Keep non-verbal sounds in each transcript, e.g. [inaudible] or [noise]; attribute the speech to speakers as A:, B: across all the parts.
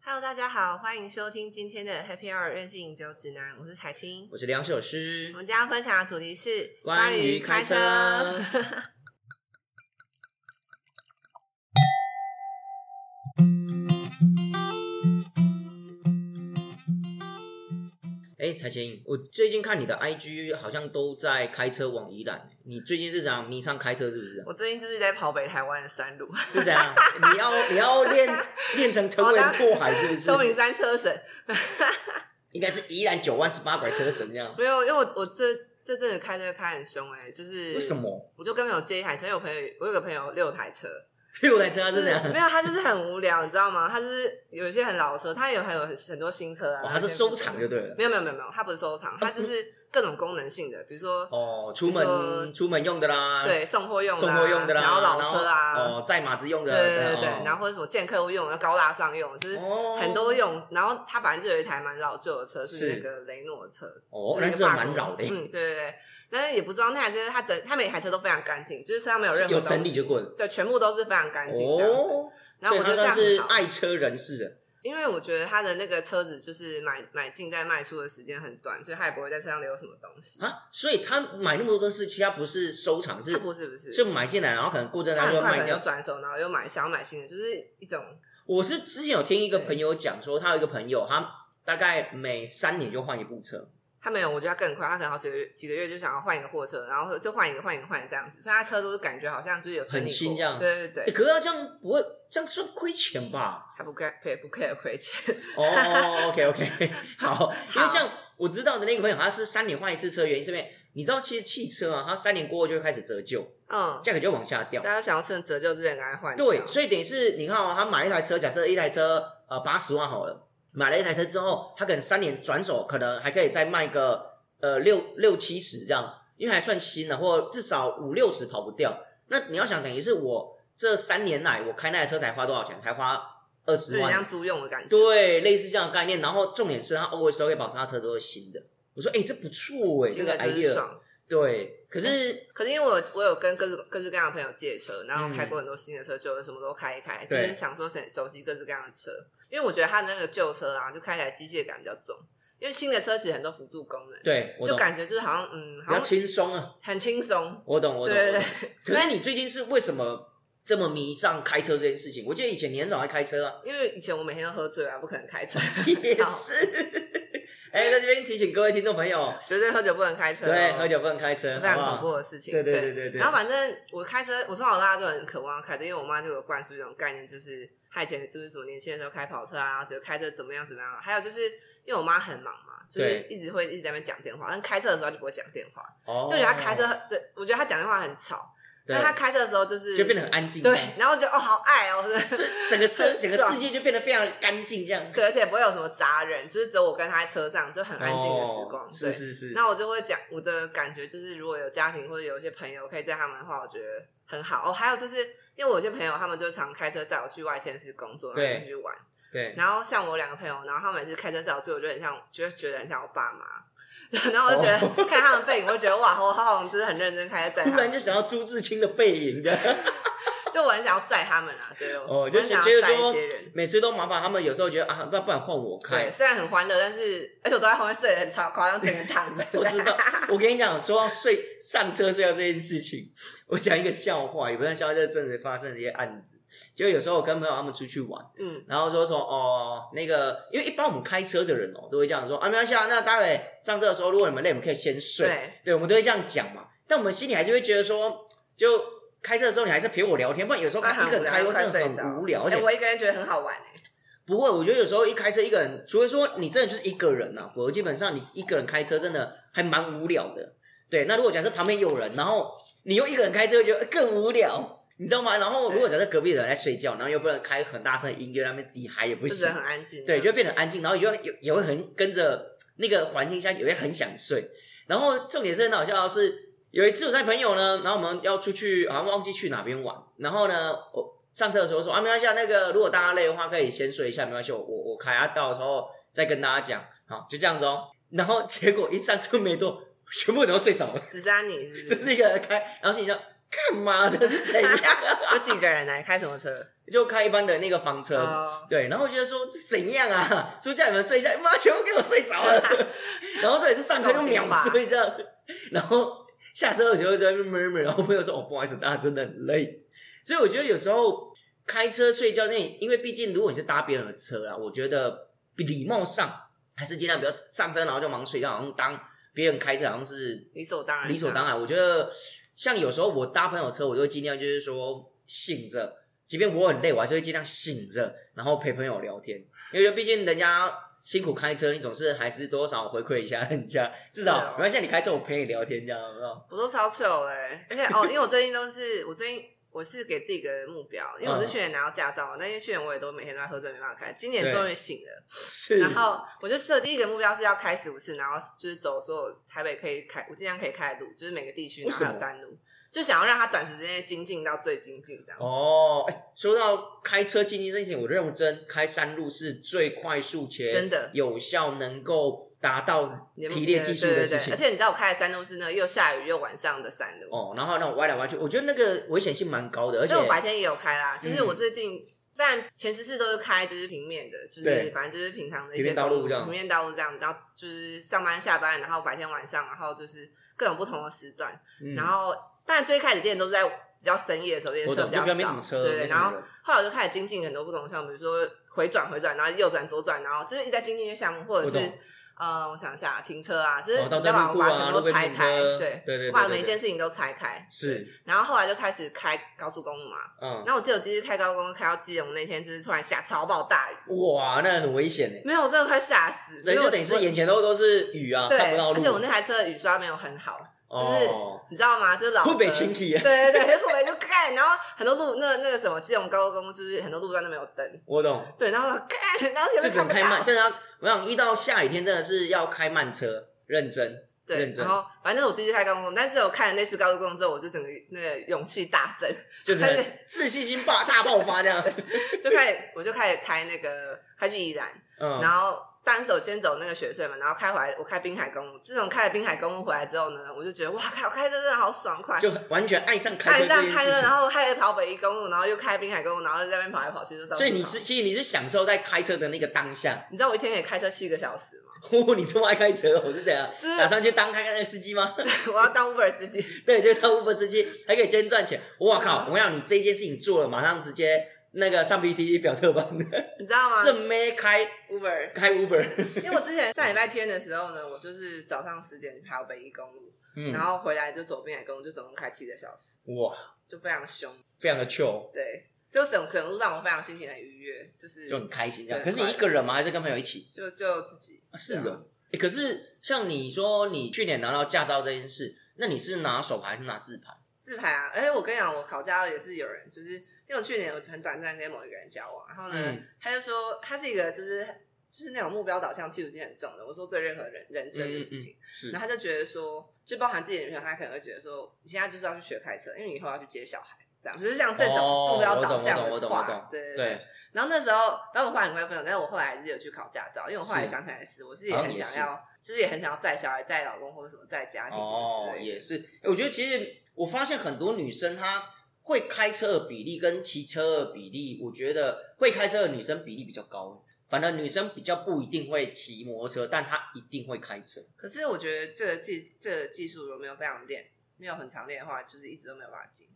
A: Hello，大家好，欢迎收听今天的 Happy Hour 任性饮酒指南，我是彩青。
B: 我是梁首
A: 我
B: 诗，
A: 们今天要分享的主题是
B: 关于开车。哎，彩琴，我最近看你的 IG 好像都在开车往宜兰，你最近是怎样迷上开车是不是？
A: [laughs] 我最近就是在跑北台湾的山路，
B: 是怎样？啊
A: [laughs]
B: 你要你要练练成腾云破海是
A: [laughs]
B: 不
A: 秋名
B: 是？
A: 山车神。
B: 应该是宜兰九万十八拐车神这样。
A: 没有，因为我我这这阵子开车开很凶哎、就是
B: 为什？么
A: 我就跟朋友借一台车，因为我朋友我有个朋友六台车，
B: 六台车它
A: 就是
B: 怎
A: 是没
B: 样？
A: 有他就是很无聊，你知道吗？他就是有一些很老的车，他也有很有很多新车啊。
B: 哦，它是收藏就对了。
A: 没有没有没有没有，它不是收藏，它就是
B: [laughs]
A: 各种功能性的，比如说
B: 哦，出
A: 比如说
B: 门出门用的啦，，
A: 对送货用的、
B: 送
A: 啊、
B: 货用的啦，
A: 然后老车啊，
B: 哦，载马子用的，
A: 对对对对，
B: 哦
A: 然后或者什么见客户用的、高大上用的，就是
B: 哦，
A: 很多用。然后它反正就有一台蛮老旧的车，是
B: 是
A: 那个雷诺的车，
B: 哦，
A: 是
B: 那
A: 一
B: 这
A: 个
B: 个
A: 法
B: 蛮
A: 国
B: 老的耶，欸
A: 嗯，对对对。但是也不知道那台车，它整它每台车都非常干净，就是车上没有任何
B: 有
A: 东
B: 整理
A: 西
B: 就过了。
A: 对，全部都是非常干净这样子。
B: 哦，
A: 然后我就
B: 所以
A: 这
B: 他
A: 样
B: 算是
A: 很好
B: 爱车人士的，
A: 因为我觉得他的那个车子就是买买进再卖出的时间很短，所以他也不会在车上留什么东西。
B: 啊，所以他买那么多东西，其实他不是收藏，
A: 他
B: 是
A: 不是不是，
B: 就买进来，然后可能过阵
A: 他
B: 他
A: 很
B: 就
A: 快
B: 卖
A: 可能
B: 掉
A: 就。转手，然后又买想要买新的，就是一种
B: 我是之前有听一个
A: 对
B: 朋友讲说，他有一个朋友，他大概每三年就换一部车，
A: 他没有，我觉得他更快，他可能好几个月几个月就想要换一个货车，然后就换一个换一个换一个这样子，所以他车都是感觉好像就是有整理
B: 很新
A: 过
B: 这样
A: 对对
B: 欸
A: 对，
B: 可是他这样不会，这样算亏钱吧？
A: 他不 care 赔不 care 亏钱，
B: 哦，OK
A: [laughs]
B: OK，好，因为像我知道的那个朋友，他是三年换一次车，原因是因为你知道，其实汽车啊，它三年过后就会开始折旧，
A: 嗯，
B: 价格就往下掉
A: 所以。他想要趁折旧之前赶快换掉。
B: 对，所以等于是你看哦，他买一台车，假设一台车呃八十万好了，买了一台车之后，他可能三年转手，可能还可以再卖个呃六六七十这样，因为还算新了，或至少五六十跑不掉。那你要想，等于是我这三年来我开那台车才花多少钱？才花二
A: 就是很
B: 十
A: 像
B: 万，
A: 租用的感觉。
B: 对，类似这样的概念。然后重点是他 always 都会保持他车都是新的。我说，哎、这不错哎、这
A: 新的
B: 个
A: 就是
B: idea
A: 爽。
B: 对。可是
A: 可是因为我我有跟各式各式各样的朋友借车，然后开过很多新的车，就什么都开一开，就
B: 对
A: 是想说熟熟悉各式各样的车。因为我觉得他的那个旧车啊，就开起来机械感比较重，因为新的车其实很多辅助功能，
B: 对我
A: 就
B: 懂，
A: 感觉就是好像嗯，
B: 比
A: 好
B: 较
A: 像
B: 轻松啊。
A: 很轻松。
B: 我懂，我懂，
A: 对
B: 我懂
A: 对
B: [laughs] 可是你最近是为什么这么迷上开车这件事情？我记得以前你很少爱开
A: [laughs]
B: 车啊，
A: 因为以前我每天都喝醉啊，不可能开
B: [laughs]
A: 车，
B: 也
A: [laughs]
B: 是。哎、在这边提醒各位听众朋友，
A: 绝对喝酒不能开车、哦，
B: 对，喝酒不能开车，
A: 非常
B: 好
A: 恐
B: 不好？
A: 怖的事情。
B: 对
A: 对
B: 对对对对
A: 然后反正我开车，我从小到大就很渴望要开车，因为我妈就有灌输一种概念，就是她以前就是什么年轻的时候开跑车啊，觉得开车怎么样怎么样。还有就是因为我妈很忙嘛，就是
B: 对
A: 一直会一直在那边讲电话，但开车的时候她就不会讲电话，
B: 哦
A: 因为我觉得她开车，对我觉得她讲电话很吵，
B: 对
A: 但她开车的时候就是
B: 就变得很安静，
A: 对，然后我就哦好爱哦，
B: 是整个
A: [laughs] 很
B: 世整个
A: 爽
B: 世界就变得非常干净，这样
A: 对，而且不会有什么杂人，就是只有我跟她在车上就很安静的时光，
B: 哦
A: 对
B: 是是是，
A: 那我就会讲我的感觉，就是如果有家庭或者有一些朋友可以载他们的话，我觉得很好哦。还有就是因为我有些朋友他们就常开车载我去外县市工作，然后
B: 对
A: 一起去玩。
B: 对，
A: 然后像我两个朋友，然后他们每次开车载我去，我就很像，就会觉得很像我爸妈。 [laughs] 然后我就觉得、
B: 哦
A: 看他们背影，我就觉得哇，我好像就是很认真开车载他
B: 突然 [laughs]
A: 们，
B: 就想要朱自清的背影，
A: [laughs]
B: 这样。
A: 就我很想要载他们啊，对，我
B: 哦，就
A: 我很
B: 是
A: 想
B: 觉
A: 要
B: 得
A: 载一些
B: 说
A: 人。
B: 每次都麻烦他们，有时候觉得啊，不不然换我开。
A: 对，，虽然很欢乐，但是而且我都在后面睡得很超夸张，整个躺着
B: [laughs] 我知道，我跟你讲，说到睡上车睡觉这件事情， [laughs] 我讲一个笑话，也不算笑话，就是真实发生的一些案子。就有时候我跟朋友他们出去玩，
A: [laughs] 嗯，
B: 然后说说哦，那个，因为一般我们开车的人哦，都会这样说啊，没关系啊，那待会上车的时候，如果你们累，我们可以先睡。
A: 对，
B: 我们都会这样讲嘛。但我们心里还是会觉得说，就开车的时候你还是陪我聊天，不然有时候
A: 那
B: 开
A: 很
B: 一个
A: 无
B: 人
A: 聊，
B: 开
A: 就
B: 车
A: 快
B: 真
A: 睡
B: 的
A: 着。
B: 很无聊，而
A: 哎
B: 且
A: 我一个人觉得很好玩、欸，
B: 不会，我觉得有时候一开车一个人，除非说你真的就是一个人啊，否则基本上你一个人开车真的还蛮无聊的。对，那如果假设旁边有人，然后你又一个人开车，会觉得更无聊，你知道吗？然后如果假设隔壁的人在睡觉，然后又不能开很大声的音乐，让他们自己嗨也不
A: 就觉
B: 行
A: 得，很安静。
B: 对，就变得安静，然后也就也也会很跟着那个环境下，也会很想睡。然后重点是很好笑的是，有一次我在朋友呢，然后我们要出去，好像忘记去哪边玩，然后呢，我上车的时候说啊，没关系，啊，那个如果大家累的话，可以先睡一下，没关系，我我我开啊，到时候再跟大家讲，好，就这样子哦。然后结果一上车没多，全部人都睡着了，
A: 只剩你是不
B: 就是是一个人开，然后心里想，干嘛的是怎样啊？ [laughs]
A: 有几个人来开什么车？
B: 就开一般的那个房车。
A: 哦，
B: 对，然后我觉得说这怎样啊？是不是叫你们睡一下？妈，全部给我睡着了。然后这也是上车就秒睡这样，然后下车的时候就在那边 murmur，然后朋友说：“哦，不好意思，大家真的很累。”所以我觉得有时候开车睡觉那，因为毕竟如果你是搭别人的车啊，我觉得礼貌上还是尽量不要上车然后就忙睡觉，好像当别人开车好像是
A: 理所当然，啊
B: 理所当然。我觉得像有时候我搭朋友车，我就会尽量就是说醒着，即便我很累，我还是会尽量醒着，然后陪朋友聊天，因为毕竟人家辛苦开车，你总是还是多少回馈一下人家，至
A: 是哦
B: 少没关系，你开车我陪你聊天，这样有没有？
A: [laughs] 我都超糗嘞、而且哦，因为我最近都是我最近我是给自己一个目标，因为我是去年拿到驾照嘛，那因为去年我也都每天都在喝醉，没办法开，今年
B: 嗯对
A: 终于醒了，
B: 是，
A: 然后我就设第一个目标是要开十五次，然后就是走所有台北可以开，我尽量可以开的路，就是每个地区，
B: 为
A: 然
B: 什
A: 后还
B: 么
A: 有山路，就想要让它短时间内精进到最精进这样。
B: 哦，哎、说到开车经济这件事情，我认真开山路是最快速且
A: 真的
B: 有效，能够达到
A: 你有没有
B: 提炼技术
A: 对
B: 的
A: 对对
B: 事
A: 对
B: 情
A: 而。且你知道我开的山路是那个又下雨又晚上的山路，
B: 哦，然后那种歪来歪去，我觉得那个危险性蛮高的，而且
A: 所以我白天也有开啦，就是
B: 嗯
A: 我最近。但前十次都是开就是平面的，就
B: 对
A: 是反正就是平常的一
B: 平
A: 些
B: 面道
A: 公
B: 路这样
A: 平面道路这样，然后就是上班下班，然后白天晚上，然后就是各种不同的时段，
B: 嗯
A: 然后但最开始练都是在比较深夜的时候，练
B: 我
A: 车
B: 懂
A: 比较
B: 就比较没什么
A: 少，
B: 车
A: 对对。
B: 没什
A: 然
B: 么
A: 后
B: 人
A: 后来我就开始精进很多不同的项目，比如说回转回转，然后右转左转，然后就是一直在精进一些项目，或者
B: 我
A: 是
B: 懂
A: 呃，我想一下，停车啊，就是
B: 哦，到
A: 你
B: 这
A: 知道吧，
B: 路库
A: 我把全
B: 啊，
A: 部都
B: 路边
A: 拆
B: 停
A: 开，
B: 车，
A: 对。
B: 对对，
A: 把
B: 对
A: 每一件事情都拆开，对。
B: 是，
A: 然后后来就开始开高速公路嘛，
B: 嗯，
A: 然后我记得我第一次开高速公路开到基隆那天，就是突然下超爆大雨，
B: 哇，那很危险诶，
A: 没有，我真的快吓死。
B: 人
A: 因为
B: 就
A: 我
B: 等于
A: 我
B: 是眼前都都是雨啊，看不
A: 对，
B: 到路，
A: 而且我那台车的雨刷没有很好，就是
B: 哦，
A: 你知道吗？就是老
B: 湖北
A: 车
B: 群体，
A: 对对对，后来就看，然后很多路那那个什么基隆高速公路，就是很多路段都没有灯，
B: 我懂，
A: 对，然后看，然后前
B: 就
A: 面
B: 只
A: 看
B: 能
A: 不
B: 开慢，
A: 到，
B: 真的要，我想遇到下雨天真的是要开慢车，认真，
A: 对
B: 认，真
A: 然后反正我第一次开高速公路，但是我看了那次高速公路之后，我就整个那个勇气大增，
B: 就只
A: 开
B: 能
A: 始
B: 自信心爆大爆发这样，
A: 就开始我就开始开那个开去宜兰，然
B: 嗯，
A: 后单手先走那个雪隧嘛，然后开回来我开滨海公路，自从开了滨海公路回来之后呢，我就觉得哇靠，开车真的好爽快，
B: 就完全爱上开
A: 开
B: 车
A: 上
B: 这件
A: 开
B: 事
A: 车，然
B: 情。
A: 后开了跑北一公路，然后又开滨海公路，然后在那边跑来跑去，就到处
B: 所以你
A: 跑
B: 是其实你是享受在开车的那个当下， [laughs]
A: 你知道我一天可以开车七个小时吗？ [laughs]
B: 哦，你这么爱开车，我是怎样
A: 就是
B: 打算去当开开那个司机吗？
A: 我要当 Uber
B: [laughs]
A: 司机，
B: 对，就是当 Uber 司机还可以兼赚钱。哇靠！我想你这一件事情做了，马上直接那个上 PTT 表特版，
A: 你知道吗
B: 正妹开 [laughs]
A: ？Uber，
B: 开 Uber，
A: 因为我之前上礼拜天的时候呢，我就是早上十点跑北一公路，
B: 嗯
A: 然，后回来就走滨海公路，就总共开七个小时，
B: 哇，
A: 就非常凶，
B: 非常的 chill，
A: 对，就整整路上我非常心情很愉悦，就是
B: 就很开心这样。可
A: 对
B: 是你一个人吗？还是跟朋友一起？
A: 就就自己
B: 是
A: 对
B: 的
A: 啊。
B: 诶可是像你说你去年拿到驾照这件事，那你是拿手牌还是拿自牌？
A: 自拍啊！而且我跟你讲，我考驾照也是有人，就是因为我去年有很短暂跟某一个人交往，然后呢，
B: 嗯
A: 他就说他是一个就是就是那种目标导向、企图心很重的。我说对任何人人生的事情，
B: 是
A: 然后他就觉得说，就包含自己的女朋友，他可能会觉得说，你现在就是要去学开车，因为你以后要去接小孩，这样就是像这种
B: 哦
A: 目标导
B: 我
A: 向
B: 懂我
A: 的
B: 懂我懂我
A: 话
B: 懂，
A: 对对对。
B: 对，
A: 然后那时候，然后我后来很快分手，但是我后来还是有去考驾照，因为我后来
B: 是
A: 想起来是，我是也
B: 好像
A: 很
B: 也
A: 想
B: 是
A: 要，就是也很想要载小孩、载老公或者什么载家庭
B: 哦
A: 之，类的
B: 也是。我觉得其实我发现很多女生她会开车的比例跟骑车的比例，我觉得会开车的女生比例比较高。反正女生比较不一定会骑摩托车，但她一定会开车。
A: 可是我觉得这个技这个技术如果没有非常练，没有很常练的话，就是一直都没有办法进。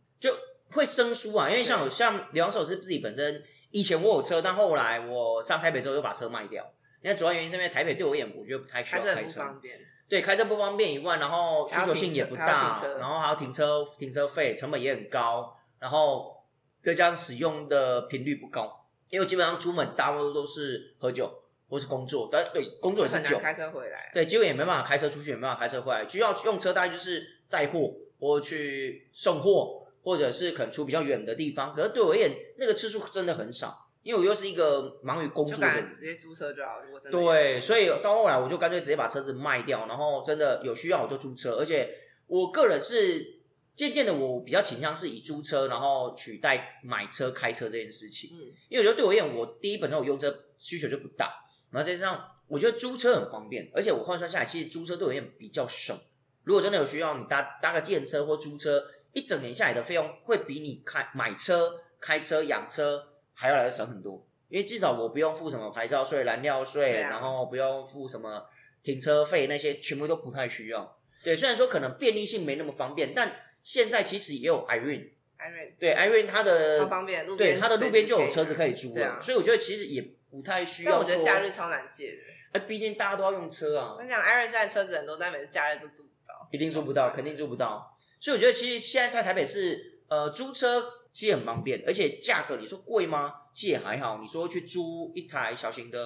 B: 会生疏啊，因为像我像两手是自己本身以前我有车，但后来我上台北之后就把车卖掉。那主要原因是因为台北对我而言，我觉得不太需
A: 开
B: 要
A: 车
B: 开
A: 很不
B: 车，
A: 方便，
B: 对，开车不方便以外，然后需
A: 还要
B: 求
A: 停
B: 性也
A: 车
B: 不
A: 还要
B: 大
A: 停车，
B: 然后还要停车，停车费成本也很高，然后再加上使用的频率不高，因为我基本上出门大多都是喝酒或是工作，但对工作也是
A: 很
B: 酒
A: 难，开车回来。
B: 对，几乎也没办法开车出去，也没办法开车回来，需要用车大概就是载货或去送货，或者是可能出比较远的地方。可是对我而言，那个次数真的很少，因为我又是一个忙于工
A: 就
B: 作的
A: 感觉
B: 人。
A: 直接租车就好。如果真的
B: 对，所以到后来我就干脆直接把车子卖掉，然后真的有需要我就租车，而且我个人是渐渐的，我比较倾向是以租车然后取代买车开车这件事情。
A: 嗯，
B: 因为我觉得对我而言，我第一本身我用车需求就不大，然后再加上我觉得租车很方便，而且我换算下来，其实租车对我而言比较省。如果真的有需要，你搭搭个电车或租车，一整年下来的费用会比你开买车、开车、养车还要来的省很多，因为至少我不用付什么牌照税、燃料税，
A: 对啊
B: 然后不用付什么停车费那些，全部都不太需要。对，虽然说可能便利性没那么方便，但现在其实也有 Irene，
A: 艾瑞
B: 对 Irene
A: 超
B: 它的
A: 方便，路
B: 呃对
A: 边
B: 它的路边就有车
A: 随
B: 子
A: 时
B: 可以租
A: 对
B: 了，
A: 啊
B: 所以我觉得其实也不太需
A: 以
B: 要。
A: 但我觉得假日，哎超难借的。
B: 哎，毕竟大家都要用车啊
A: 我，跟你讲，艾瑞现在车子很多，但每次假日都租不到。
B: 一定租不到，肯定租不到。所以我觉得其实现在在台北市，呃，租车其实很方便，而且价格你说贵吗？其实也还好。你说去租一台小型的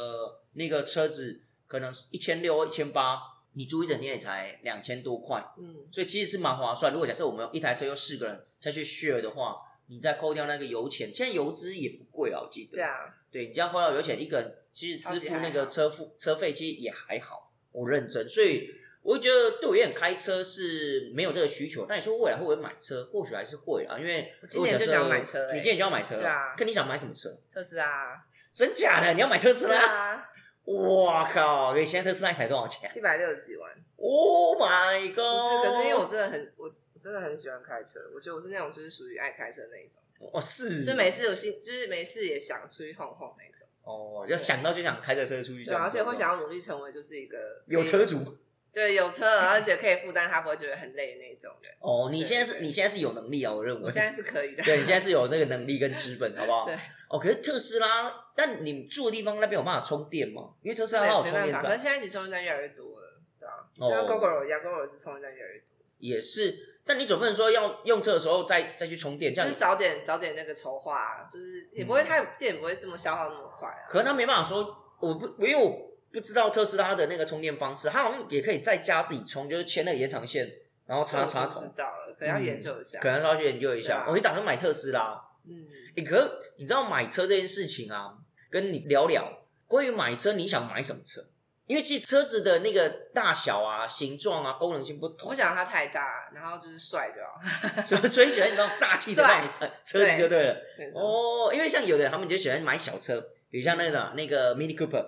B: 那个车子，可能一千六、一千八，你租一整天也才两千多块，
A: 嗯，
B: 所以其实是蛮划算。如果假设我们一台车有四个人再去 share 的话，你再扣掉那个油钱，现在油资也不贵啊，我记得。
A: 对啊，
B: 对，你这样扣掉油钱，一个人其实支付那个车付车费，其实也还好。我认真，所以我会觉得对我而言开车是没有这个需求。那你说未来会不会买车？或许还是会啊，因为
A: 我今年就想买车
B: 如果假设
A: 欸
B: 你今年就要买车了
A: 对啊
B: 看你想买什么车？
A: 特斯拉，
B: 真假的？你要买特斯
A: 对
B: 拉？
A: 啊，
B: 哇靠！你现在特斯拉一台多少钱
A: 一百六十几万。
B: ？Oh my
A: 不
B: god！
A: 是，可是因为我真的很我。我真的很喜欢开车，我觉得我是那种就是属于爱开车那一种，
B: 哦是
A: 就没事有心，就是没事也想出去晃晃那一种。
B: 哦，要想到就想开着车出去这
A: 对，啊
B: 样
A: 而
B: 子，
A: 且会想要努力成为就是一个
B: 有车主
A: 对，有车，而且可以负担，他不会觉得很累那种的。
B: 哦。你
A: 对
B: 现在是
A: 对
B: 你现在是有能力啊，我认为
A: 我现在是可以 [laughs]
B: [laughs]
A: 的。
B: 对你现在是有那个能力跟资本，好不好？
A: 对。
B: 哦，可是特斯拉，但你住的地方那边有办法充电吗？因为特斯
A: 对
B: 拉它有
A: 没
B: 充
A: 办
B: 电
A: 法，可是
B: 站，
A: 现在其实充电站越来越多了，对啊，
B: 哦
A: 就像 GoGo 一样，GoGo 是充电站越来越多，
B: 也是。但你总不能说要用车的时候再再去充电，这
A: 就
B: 样嗯
A: 是。早点早点那个筹划，啊就是也不会太电也不会这么消耗那么快啊。
B: 可是他没办法说，我不，因为我不知道特斯拉的那个充电方式，它好像也可以在家自己充，就是牵那个延长线，然后插
A: 这我
B: 插
A: 就不
B: 头
A: 知，道了，可能要研究一下
B: 可。能要去研究
A: 对
B: 一下哦
A: 啊。
B: 我、你打算买特斯拉？
A: 嗯，
B: 欸，可是你知道买车这件事情啊，跟你聊聊关于买车，你想买什么车？因为其实车子的那个大小啊、形状啊、功能性不
A: 我
B: 同
A: 不，想让它太大，然后就是帅就好。
B: 所以所以喜欢那种煞气的那
A: [laughs]
B: 种车车子就对了。
A: 那种，
B: 哦，因为像有的人他们就喜欢买小车，比如像那种那个 Mini Cooper，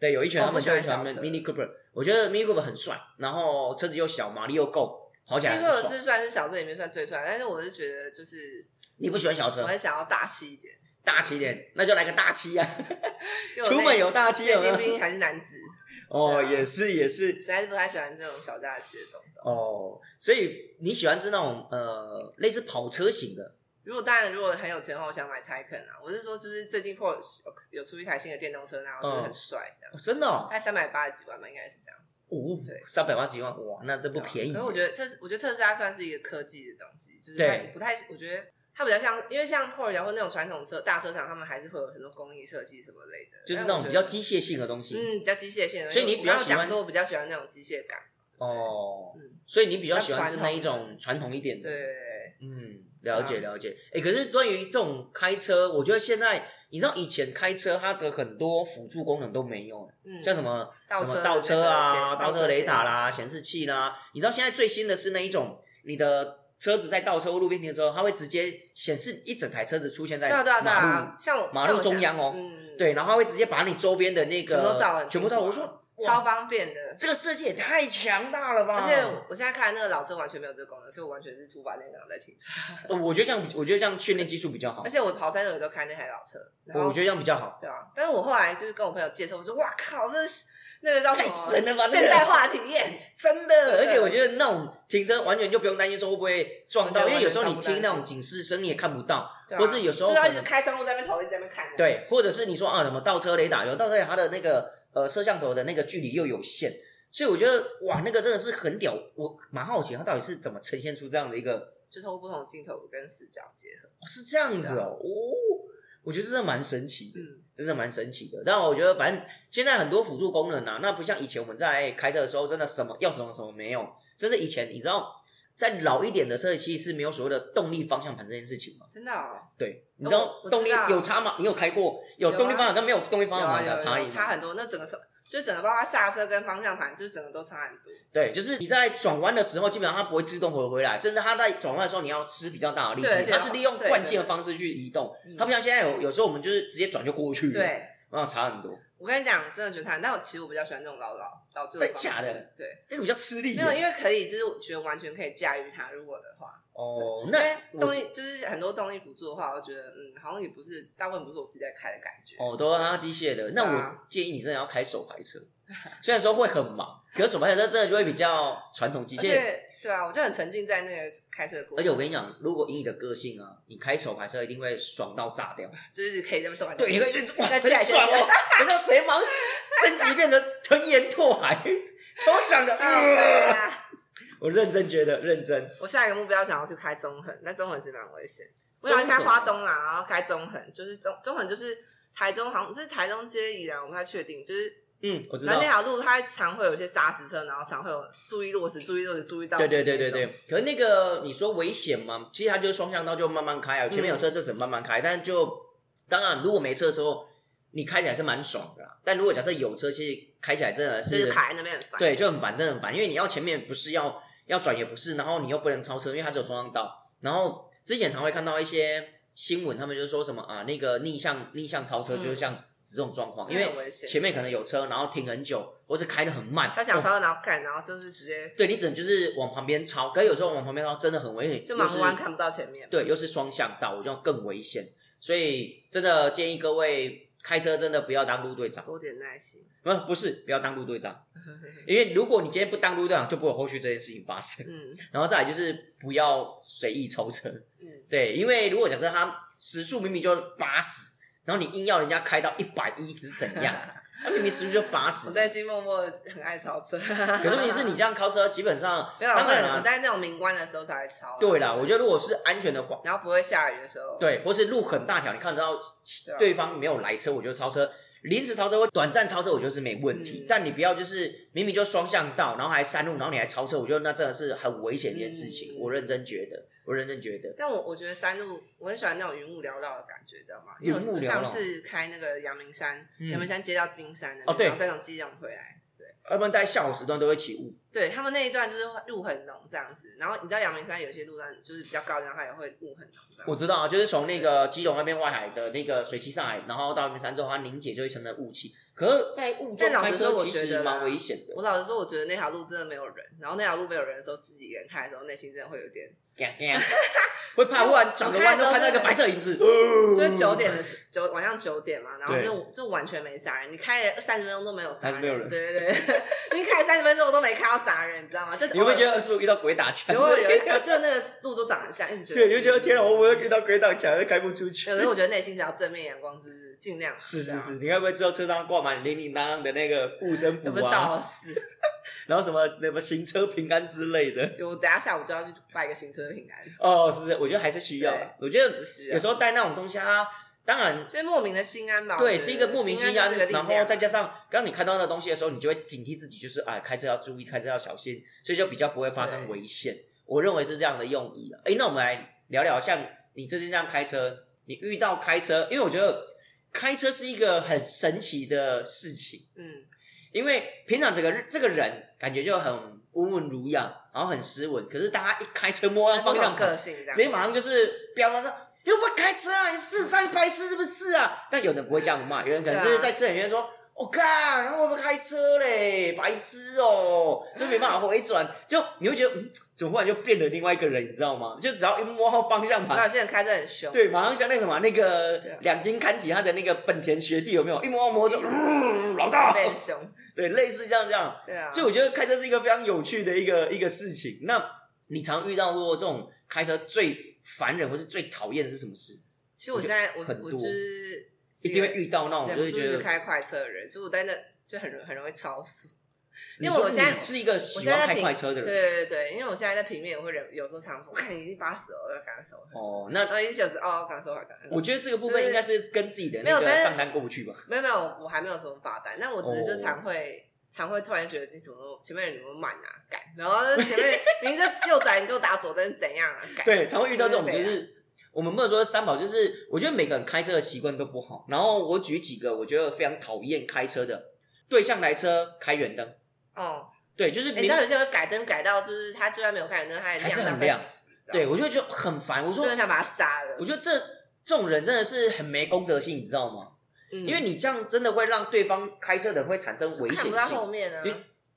B: 对，有一群人
A: 哦
B: 他们就
A: 不
B: 会
A: 喜
B: 喜
A: 欢
B: 欢
A: 小车
B: Mini Cooper。我觉得 Mini Cooper 很帅，然后车子又小，马力又够，跑起来
A: 因
B: 很
A: 为我
B: 爽。
A: 是算是小镇里面算最帅，但是我是觉得就是
B: 你不喜欢小
A: 我
B: 车，
A: 还想要大气一点，
B: 大气一点，那就来个大气啊！
A: 因为我
B: 出门有大气
A: 内内
B: 有没
A: 心
B: 有
A: 毕竟还是男子，
B: 哦，
A: 对啊
B: 也是也是。
A: 实在是不太喜欢这种小大气的东西。
B: 哦，所以你喜欢是那种呃类似跑车型的
A: 如果当然，如果很有钱的话，我想买 Taycan 啊。我是说，就是最近 Porsche 有有出一台新的电动车，然后
B: 嗯
A: 就是很帅这样，
B: 哦，真的哦，
A: 大概三百八十几万吧，应该是这样。
B: 哦
A: 对，
B: 三百八几万，哇，那这不便
A: 啊
B: 宜
A: 可是我觉得特斯，我觉得特斯拉算是一个科技的东西，就是
B: 对
A: 它不太，我觉得它比较像，因为像 Porsche 或那种传统车大车厂，他们还是会有很多工艺设计什么类的，
B: 就是那
A: 但我
B: 种比
A: 觉
B: 较
A: 得
B: 机械性的东西、
A: 嗯比较机械性的。
B: 所以你
A: 我
B: 比较
A: 刚刚
B: 喜欢
A: 讲说，我比较喜欢那种机械感。
B: 哦
A: 嗯，
B: 所以你比较喜欢是那一
A: 比较传
B: 种传统一点的，
A: 对，啊
B: 嗯，了解了解。哎、可是关于这种开车，我觉得现在你知道以前开车它的很多辅助功能都没有，
A: 嗯，
B: 像什么
A: 倒
B: 什
A: 车
B: 么
A: 的
B: 倒车啊、
A: 那个显
B: 倒车雷达啦、
A: 显
B: 显示器啦。你知道现在最新的是那一种，你的车子在倒车或路边停的时候，它会直接显示一整台车子出现在
A: 对
B: 马
A: 啊
B: 路
A: 对啊对啊，像我
B: 马
A: 像
B: 路
A: 我
B: 中
A: 想
B: 央哦。
A: 嗯，
B: 对，然后它会直接把你周边的那个
A: 全部都照得很
B: 全部照。我
A: 清楚啊
B: 说
A: 超
B: 哇，
A: 方便的。
B: 这个设计也太强大了吧！
A: 而且我现在看那个老车完全没有这个功能，所以我完全是主把那个在停车。
B: 呃我觉得这样，我觉得这样训练技术比较好
A: 而，且我跑山的时候也都开那台老车，然后
B: 我觉得这样比较好。
A: 对啊，但是我后来就是跟我朋友介绍，我说哇靠，这是那个叫什么
B: 太神了吧这个
A: 现代化体验，
B: 真的，而
A: 对
B: 且我觉得那种停车完全就不用担心说会不会撞到，
A: 对
B: 因为有时候你
A: 完全不担
B: 听那
A: 心
B: 种警示声你也看不到，
A: 对啊
B: 或是有时候
A: 就要
B: 可
A: 一直
B: 能
A: 开窗户在那边头，一直在那边看。，
B: 对，或者是你说啊，什么倒车雷达有倒车雷达它的那个呃摄像头的那个距离又有限，所以我觉得哇，那个真的是很屌，我蛮好奇它到底是怎么呈现出这样的一个，哦
A: 就透过不同的镜头跟视角结合。
B: 是这样子
A: 啊
B: 哦，哦，我觉得真的蛮神奇的，
A: 嗯，
B: 真的蛮神奇的。但我觉得反正现在很多辅助功能啊，那不像以前我们在开车的时候，真的什么要什么什么没有，真的以前你知道。在老一点的车其实是没有所谓的动力方向盘这件事情嘛？
A: 真的哦，
B: 对，你
A: 哦
B: 知道
A: 我我
B: 动力
A: 知道
B: 有差吗？你有开过有
A: 有啊
B: 动力方向跟没有动力
A: 有
B: 方向
A: 啊
B: 盘
A: 有啊
B: 的
A: 有
B: 差
A: 啊
B: 异
A: 有
B: 吗？
A: 差很多，那整个车就整个包括刹车跟方向盘，就整个都差很多。
B: 对，就是你在转弯的时候，基本上它不会自动回回来，甚至它在转弯的时候，你要吃比较大的力
A: 对而
B: 气，
A: 且
B: 它是利用
A: 对
B: 惯性的方式去移动
A: 对，
B: 嗯它不像现在有有时候我们就是直接转就过去，，
A: 嗯对，
B: 然后差很多，
A: 我跟你讲，真的觉得它，但我其实我比较喜欢这种老老老旧的
B: 真假
A: 方式
B: 的？
A: 对，
B: 哎那个比较吃力耶。
A: 没有，因为可以，就是我觉得完全可以驾驭它。如果的话，
B: 哦，那
A: 动
B: 我
A: 力就是很多动力辅助的话，我觉得嗯，好像也不是大部分不是我自己在开的感觉。
B: 哦都让它机械的，那
A: 对
B: 我
A: 啊
B: 建议你真的要开手排
A: [laughs]
B: 车，虽然说会很忙，可是手排车真的就会比较传统机
A: 而
B: 械。
A: 且对啊，我就很沉浸在那个开车的过程，
B: 而且我跟你讲，如果以你的个性啊，你开手排车一定会爽到炸掉。
A: 就是可以这么动来动
B: 对，
A: 去，
B: 你会觉得哇，
A: 那
B: 很
A: 起来
B: 爽
A: 就
B: 哦，
A: [laughs]
B: 然后直接忙升级变成腾岩拓海，超爽的。
A: 啊对啊
B: 呃我认真觉得认真，
A: 我下一个目标想要去开中横，但中横是蛮危险。我想去开花东啦，然后开中横，就是中中横就是台中，好像是台中接宜兰，我不太确定。就是
B: 嗯，我知
A: 反
B: 道
A: 正那。条路它常会有一些砂石车，然后常会有注意落石、注意落石、注意到。
B: 对对对对对，，可是那个你说危险吗？其实它就是双向道，就慢慢
A: 嗯
B: 开啊，前面有车就只能慢慢开。但是就当然，如果没车的时候，你开起来是蛮爽的啦。但如果假设有车，其实开起来真的
A: 就是卡在那边很烦。
B: 对，就很烦，真的很烦，因为你要前面不是要要转也不是，然后你又不能超车，因为它只有双向道。然后之前常会看到一些新闻，他们就说什么啊，那个逆向逆向超车，
A: 嗯
B: 就是像这种状况，
A: 因
B: 因
A: 为
B: 为
A: 很危险
B: 前面可能有车，然后停很久，或是开的很慢，
A: 他想
B: 哦
A: 稍然后干，然后就是直接
B: 对你只能就是往旁边超，可是有时候往旁边超真的很危险，
A: 就
B: 又
A: 盲
B: 是
A: 弯看不到前面。
B: 对，又是双向道，我就更危险。所以真的建议各位开车真的不要当路队长，
A: 多点耐
B: [laughs]
A: 心。
B: 不不是不要当路队长，因为如果你今天不当路队长，就不会有后续这件事情发生。
A: 嗯
B: 然后再来就是不要随意超车，
A: 嗯，
B: 对，因为如果假设他时速明明就八十，然后你硬要人家开到一百一，是怎样？他明明时速就八十
A: 我，在心默默很爱超
B: [laughs]
A: 车，可
B: 可是问题是你这样超车，基本上
A: [laughs] 没有啦，
B: 当然
A: 我我
B: 啊，
A: 在那种明关的时候才会超啊。
B: 对啦，我觉得如果是安全的话，
A: 然后不会下雨的时候，
B: 对，或是路很大条，你看得到
A: 对啊
B: 对方没有来车，我就超车。临时超车或短暂超车，我觉得是没问题，
A: 嗯
B: 但你不要就是明明就双向道，然后还山路，然后你还超车，我觉得那真的是很危险的一件事情。
A: 嗯
B: 我认真觉得，我认真觉得，
A: 但我我觉得山路，我很喜欢那种云雾缭绕的感觉，知道吗？
B: 云
A: 因
B: 雾
A: 为
B: 缭绕
A: 我上次开那个阳明山，
B: 嗯
A: 阳、明山接到金山那边，
B: 哦对
A: 然后再从基隆回来，
B: 要不然在下午时段都会起雾。
A: 对他们那一段就是路很浓这样子。然后你知道阳明山有些路段就是比较高，然后它也会雾很浓这样。
B: 我知道，啊，就是从那个基隆那边外海的那个水汽上来，然后到阳明山之后，它凝结就一层的雾气。可是，在雾中
A: 但老
B: 开
A: 实
B: 车
A: 说
B: 其
A: 我觉
B: 实
A: 得啦
B: 蛮危险
A: [laughs]
B: 的。 [laughs]
A: 我老实说，我觉得那条路真的没有人。然后那条路没有人的时候，自己一个人开的时候，内心真的会有点。
B: 嘎嘎会怕忽然转个弯就看到一个白色影子，呃
A: 就
B: 就
A: 是九点的时九晚上九点嘛，然后
B: 对
A: 就就完全没杀人，你开了三十分钟都没有杀
B: 还是没有人
A: 对对 [laughs] 对，你开三十分钟我都没看到杀人，你知道吗？就
B: 你会不会觉得是不是遇到鬼打墙
A: 有有
B: 之类
A: 有，
B: 的？
A: 真的那个路都长得很像，一直觉得
B: [laughs] 对，你会觉得天哪，我不会遇到鬼打墙，开不出去
A: 有。时候我觉得内心只要正面阳光，就是尽量
B: 是是是
A: 这样，，
B: 你该不会知道车上挂满零零当当的那个护身符
A: 怎么
B: 啊，
A: 到死？ [laughs]
B: 然后什么什么行车平安之类的？
A: 我等一下下午就要去拜一个行车平安，
B: 哦，是是，我觉得还是需要的。我觉得
A: 是啊
B: 有时候带那种东西啊，当然
A: 就是莫名的心安吧。我
B: 对，
A: 觉得
B: 是一个莫名其
A: 心
B: 妙
A: 安就是个，力
B: 然
A: 量啊
B: 后再加上刚你看到那东西的时候，你就会警惕自己，就是啊，开车要注意，开车要小心，所以就比较不会发生
A: 对
B: 危险。我认为是这样的用意了。哎，那我们来聊聊，像你最近这样开车，你遇到开车，因为我觉得开车是一个很神奇的事情，
A: 嗯，
B: 因为平常这个这个人感觉就很温文儒雅，然后很斯文，可是大家一开车摸到方向
A: 各种
B: 盘
A: 个性这样，
B: 直接马上就是飙他说：“你会不会开车啊？你智障，你白痴是不是啊？” [laughs] 但有人不会这样骂，有人可能
A: 对
B: 是
A: 啊
B: 在车里 [laughs] 面说：“我干、我会不会开车嘞？白痴哦、 [laughs] 就没办法回转，就你会觉得，嗯，怎么忽然就变了另外一个人，你知道吗？就只要一摸到方向
A: 那
B: 盘，
A: 有些人开车很凶，
B: 对，马上像那个什么那个
A: 对啊
B: 两金看起他的那个本田学弟有没有？一摸到 [laughs] 摩托车，嗯老大，
A: 被很凶，
B: [laughs] 对，类似这样这样。
A: 对啊，
B: 所以我觉得开车是一个非常有趣的一个一个事情。那你常遇到过这种开车最烦人或是最讨厌的是什么事？
A: 其实我现在我
B: 很多
A: 我就是
B: 一定会遇到那种，
A: 忍
B: 就
A: 不
B: 是
A: 住
B: 觉
A: 一直
B: 得，哦
A: 开快车的人，所以我在那就很容很容易超速，
B: 你
A: 因为我
B: 说
A: 现在
B: 你是一个
A: 我
B: 喜
A: 现在在
B: 欢开
A: 平
B: 快车的
A: 对
B: 人。
A: 对对，因为我现在在平面也会忍，有时候常我看你已经八十了，我要赶快收，
B: 哦，那
A: 啊，一小时哦，赶快收，赶快收。
B: 我觉得这个部分应该是跟自己的
A: 没
B: 那
A: 有
B: 个
A: 但是
B: 账单过不去吧。
A: 没有没有，我还没有什么罚单，但我只是
B: 哦
A: 就常会、常会突然觉得你怎么前面人怎么慢啊，赶，然后就前面明明就右转你给我打左灯怎样啊，赶，
B: [laughs] 对，常会遇到这种，就
A: 对啊
B: 是我们不能说三宝，就是我觉得每个人开车的习惯都不好。然后我举几个我觉得非常讨厌开车的对向来车开远灯，
A: 哦，
B: 对，就是
A: 诶
B: 明
A: 你知道有些人改灯改到就是他就算没有开灯，他也
B: 还是
A: 到
B: 很
A: 快
B: 亮
A: 死，
B: 对我就会觉得很烦。我说
A: 所以想把他杀了
B: 我，觉得这这种人真的是很没公德心，你知道吗？
A: 嗯
B: 因为你这样真的会让对方开车的人会产生危
A: 看
B: 险
A: 不到
B: 性
A: 后，面啊，
B: 因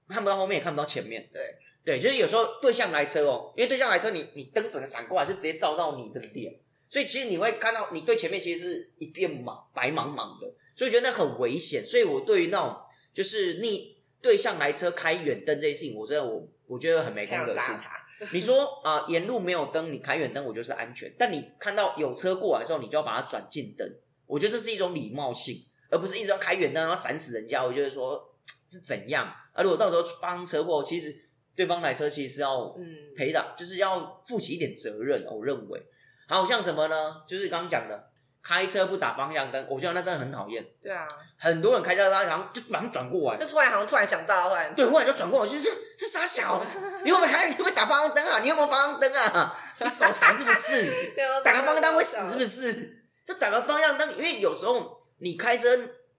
B: 看不到后面也看不到前面。
A: 对，
B: 对，就是有时候对向来车哦，因为对向来车你你灯整个闪过来是直接照到你的脸，所以其实你会看到你对前面其实是一片茫白茫茫的，所以觉得那很危险。所以我对于那种就是逆对向来车开远灯这件事情，我真的我我觉得很没
A: 还
B: 公
A: 有
B: 德心
A: 杀。他，
B: 你说啊、呃沿路没有灯，你开远灯我就是安全，但你看到有车过来的时候，你就要把它转进灯。我觉得这是一种礼貌性，而不是一直要开远灯然后闪死人家。我觉得说是怎样啊？如果到时候发生车祸，其实对方来车其实是要
A: 嗯，
B: 赔的，就是要负起一点责任。我认为，好像什么呢？就是刚刚讲的，开车不打方向灯，我觉得那真的很讨厌。
A: 对啊，
B: 很多人开车，他然后就马上转过来，
A: 就突然好像突然想到，突然
B: 对，忽然就转过我去，是是傻小，你有没有还你有没有打方向灯啊？你有没有方向灯啊？你手残是不是？打个方向灯会死是不
A: 是？
B: 是？就打个方向灯，因为有时候你开车，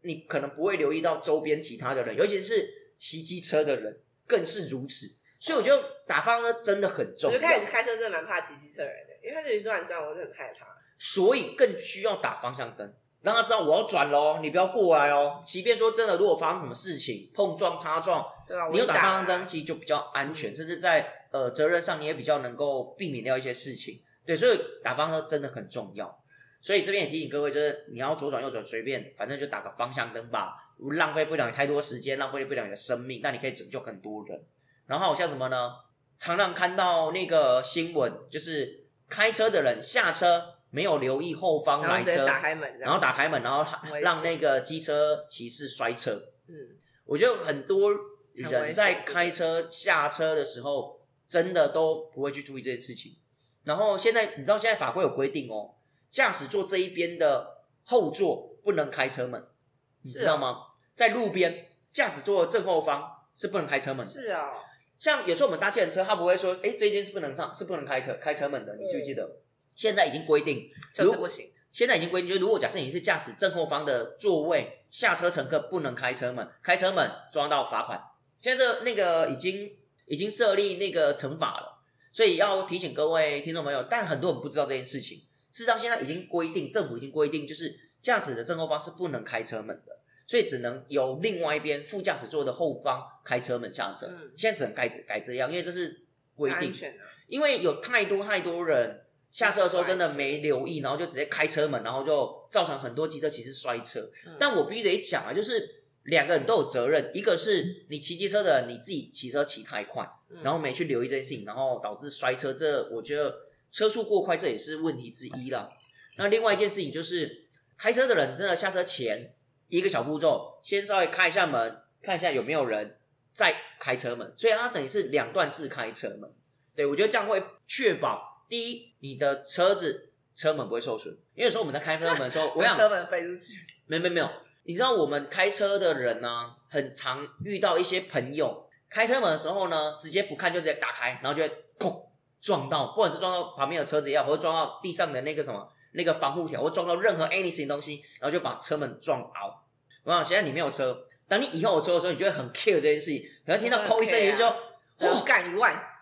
B: 你可能不会留意到周边其他的人，尤其是骑机车的人更是如此。所以我觉得打方向灯真的很
A: 我
B: 重
A: 就
B: 要，
A: 开始开车真的蛮怕骑机车人的，因为他就乱转，我就很害怕。
B: 所以更需要打方向灯，让他知道我要转喽，你不要过来哦。即便说真的，如果发生什么事情，碰撞、擦撞，
A: 对啊，我
B: 你有
A: 一
B: 打
A: 打嗯
B: 方向灯，其实就比较安全，甚至在呃责任上你也比较能够避免掉一些事情。对，所以打方向灯真的很重要。所以这边也提醒各位，就是你要左转右转随便，反正就打个方向灯吧，浪费不了你太多时间，浪费不了你的生命，那你可以拯救很多人。然后好像什么呢？常常看到那个新闻，就是开车的人下车没有留意后方
A: 然后
B: 来
A: 直接
B: 车，
A: 打开门，
B: 然后打开门，然后
A: 很危险
B: 让那个机车骑士摔车。
A: 嗯，
B: 我觉得很多
A: 很危
B: 人
A: 险
B: 在开车下车的时候，真的都不会去注意这些事情。然后现在你知道，现在法规有规定哦，驾驶座这一边的后座不能开车门，你
A: 是啊
B: 知道吗？在路边驾驶座的正后方是不能开车门的。
A: 是哦，
B: 像有时候我们搭计程车，他不会说，哎，这一间是不能上，是不能开车开车门的，你记不记得？现在已经规定，
A: 嗯就是不行，
B: 现在已经规定，就是如果假设你是驾驶正后方的座位，下车乘客不能开车门，开车门抓到罚款。现在这个那个已经已经设立那个惩罚了，所以要提醒各位听众朋友，但很多人不知道这件事情。事实上，现在已经规定，政府已经规定，就是驾驶的正后方是不能开车门的，所以只能由另外一边副驾驶座的后方开车门下车。
A: 嗯
B: 现在只能改改这样，因为这是规
A: 安
B: 定。
A: 全啊，
B: 因为有太多太多人下车的时候真的没留意，然后就直接开车门，然后就造成很多机车骑士摔车。
A: 嗯
B: 但我必须得讲啊，就是两个人都有责任，一个是你骑机车的人，你自己骑车骑太快，
A: 嗯
B: 然后没去留意这件事情，然后导致摔车，这我觉得车速过快这也是问题之一啦。那另外一件事情就是，开车的人真的下车前一个小步骤，先稍微开一下门，看一下有没有人，再开车门，所以它等于是两段式开车门。对我觉得这样会确保第一，你的车子车门不会受损，因为有时候我们在开车门的时候，我想
A: 车门飞出去，
B: 没没没有，你知道我们开车的人呢、很常遇到一些朋友开车门的时候呢，直接不看就直接打开，然后就会砰撞到，不管是撞到旁边的车子也好，或者撞到地上的那个什么那个防护条，或撞到任何 anything 东西，然后就把车门撞凹。然后现在你没有车，当你以后有车的时候，你就会很 care 这件事情，然后听到
A: 我很
B: 扣一声，你
A: care
B: 就说
A: 啊。我
B: 哦，
A: 干一万，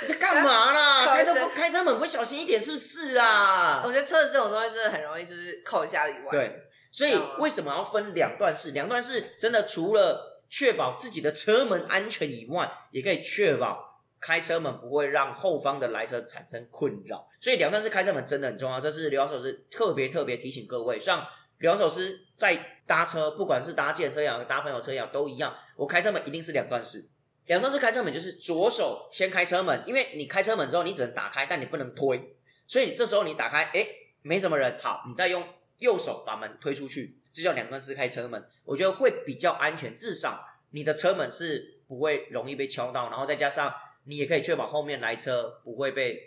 B: 你在干嘛啦？
A: [laughs] 扣一
B: 开
A: 声
B: 车不开车门不会小心一点是不是啊？
A: 我觉得车子这种东西真的很容易就是扣一下一万，，
B: 对，所以
A: 知道吗
B: 为什么要分两段式？两段式真的除了确保自己的车门安全以外，也可以确保开车门不会让后方的来车产生困扰。所以两段式开车门真的很重要，这是刘老师特别特别提醒各位。像刘老师在搭车，不管是搭建车也好，搭朋友车也好，都一样，我开车门一定是两段式。两段式开车门就是左手先开车门，因为你开车门之后你只能打开，但你不能推，所以你这时候你打开，哎，没什么人，好，你再用右手把门推出去，这叫两段式开车门，我觉得会比较安全，至少你的车门是不会容易被敲到，然后再加上你也可以确保后面来车不会被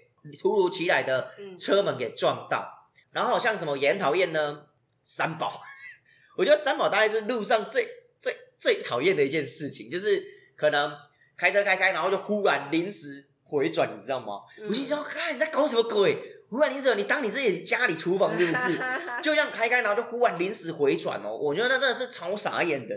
B: 突如其来的
A: 嗯，
B: 车门给撞到。然后像什么也很讨厌呢？三宝， [laughs] 我觉得三宝大概是路上最最最讨厌的一件事情，就是可能开车开开，然后就忽然临时回转，你知道吗？
A: 嗯
B: 我心想，看你在搞什么鬼？忽然临时，你当你自己家里厨房是不
A: [laughs]
B: 是？就这样开开，然后就忽然临时回转哦，我觉得那真的是超傻眼的，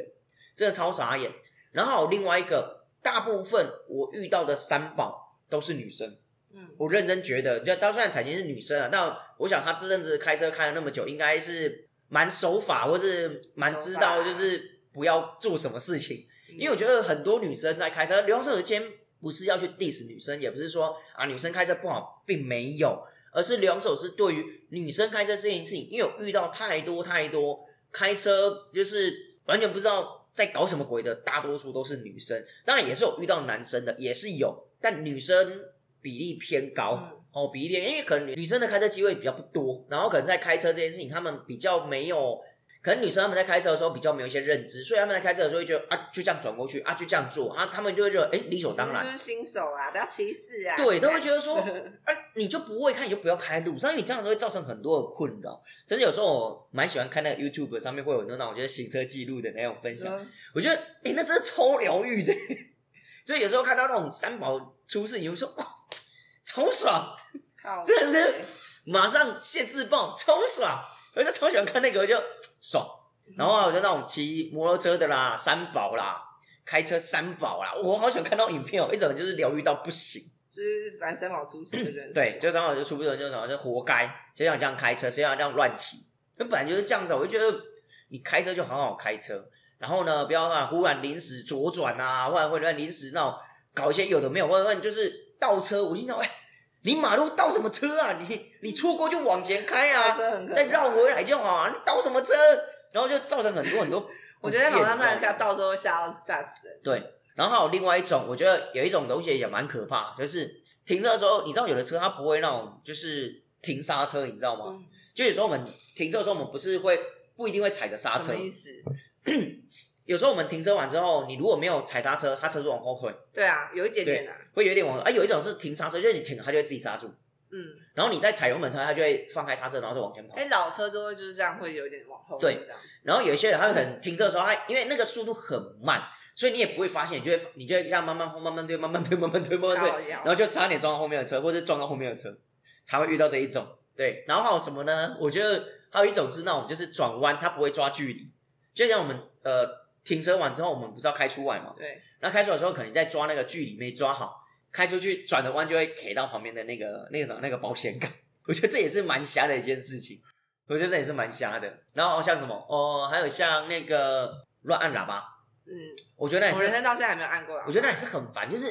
B: 真的超傻眼。然后另外一个，大部分我遇到的三宝都是女生，
A: 嗯，
B: 我认真觉得，就当虽然彩琴是女生啊，但我想她这阵子开车开了那么久，应该是蛮守法，或是蛮知道
A: 守法嗯
B: 就是不要做什么事情。因为我觉得很多女生在开车，刘老师今天不是要去 diss 女生，也不是说啊女生开车不好，并没有，而是两手是对于女生开车这件事情，因为我遇到太多太多开车就是完全不知道在搞什么鬼的，大多数都是女生，当然也是有遇到男生的，也是有，但女生比例偏高。
A: 嗯
B: 哦，比例偏，因为可能女女生的开车机会比较不多，然后可能在开车这件事情，她们比较没有，可能女生她们在开车的时候比较没有一些认知，所以她们在开车的时候会觉得啊，就这样转过去啊，就这样做啊，她们就会觉得哎、理所当
A: 其
B: 然
A: 实，就是新手啊，不要歧视啊。
B: 对，都会
A: 觉
B: 觉得说，啊，你就不会看，你就不要开路上，因为你这样子会造成很多的困扰。甚至有时候我蛮喜欢看那个 YouTube 上面会有很多那种就是行车记录的那种分享，
A: 得
B: 我觉得，哎、那真的超疗愈的。 [laughs] 所以有时候看到那种三宝出事，你会说，哇、超爽。
A: 靠，
B: 真的是马上现世报，超爽！我就超喜欢看那个，我就爽。然后啊，我就那种骑摩托车的啦，三宝啦，开车三宝啦，我好喜欢看到影片哦，一整就是疗愈到不行。
A: 就是反三毛出事的人
B: 对，就三宝就出不了，就三宝就活该，谁想这样开车，谁想这样乱骑，那本来就是这样子啊。我就觉得你开车就好好开车，然后呢，不要啊，忽然临时左转啊，或者或者临时那种搞一些有的没有，或者或者就是倒车。我心想，哎，你马路倒什么车啊？你你错过就往前开啊，
A: 倒车很可怕，
B: 再绕回来就好啊，你倒什么车？然后就造成很多很多
A: [laughs] 我觉得好像那
B: 在
A: 人家到时候吓到吓死人。
B: 对，然后还有另外一种，我觉得有一种东西也蛮可怕，就是停车的时候，你知道有的车它不会那种就是停刹车，你知道吗？
A: 嗯
B: 就有时候我们停车的时候，我们不是会不一定会踩着刹
A: 什
B: 车
A: 么，意思？
B: 有时候我们停车完之后，你如果没有踩刹车，它车是往后滚，
A: 对啊，有一点点啊，
B: 会有一点往后。啊，有一种是停刹车，就是你停了它就会自己刹住，
A: 嗯，
B: 然后你再踩油门的时候，它就会放开刹车，然后就往前跑。
A: 哎，老车就会就是这样，会有点往后
B: 对
A: 这样。
B: 然后有一些人他可能停车的时候，他哎因为那个速度很慢，所以你也不会发现，你就会你就会这样慢慢慢慢推，慢慢推，慢慢推，慢慢推，
A: 靠腰
B: 然后就差点撞到后面的车，或是撞到后面的车，才会遇到这一种。对，然后还有什么呢？我觉得还有一种是那种就是转弯，它不会抓距离，就像我们呃停车完之后，我们不是要开出来嘛？
A: 对，
B: 那开出来的时候，可能在抓那个距离没抓好，开出去转的弯就会 K 到旁边的那个那个什么那个保险杠。 [laughs] 我觉得这也是蛮瞎的一件事情，我觉得这也是蛮瞎的。然后像什么哦，还有像那个乱按喇叭，
A: 嗯，
B: 我觉得那也
A: 我人
B: 是，
A: 生到现在还没有按过啊。
B: 我觉得那也是很烦。就是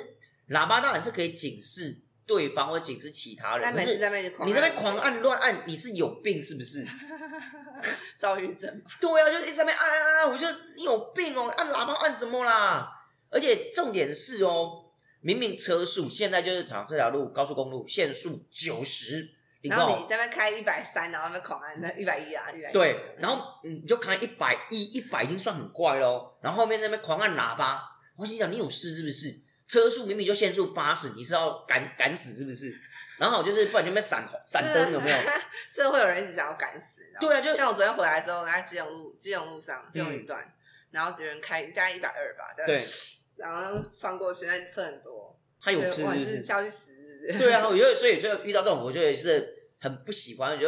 B: 喇叭当然是可以警示对方或警示其他人，
A: 但
B: 可
A: 每次
B: 是
A: 在那边狂，
B: 你这边狂，
A: [laughs]
B: 按乱按，你是有病是不是？
A: 躁郁症嘛。
B: 对啊，就是一直在那边按按按，我就你有病哦，按喇叭按什么啦？而且重点是哦，明明车速现在就是讲这条路高速公路限速九十，你知
A: 然后
B: 道
A: 你在那边开一百三，然后在那边狂按那一百一啊，一百
B: 对，然后你就开一百一，一百已经算很快喽。然后后面在那边狂按喇叭，我心想你有事是不是？车速明明就限速八十，你是要赶赶死是不是？然后就是不然就在那边闪红闪灯有
A: [laughs]
B: 没有？？
A: 这会有人一直想要赶死，你知道吗
B: 对啊，就嗯
A: 像我昨天回来的时候，我在基隆路基隆路上基隆一段，然后有人开大概一百二吧，但
B: 对，
A: 然后穿过去，那车很多，
B: 他有
A: 所以
B: 事
A: 我还
B: 哎是不是
A: 是？ [laughs] 下去死。
B: [laughs] 对啊，我觉得所以就遇到这种，我觉得也是很不喜欢，就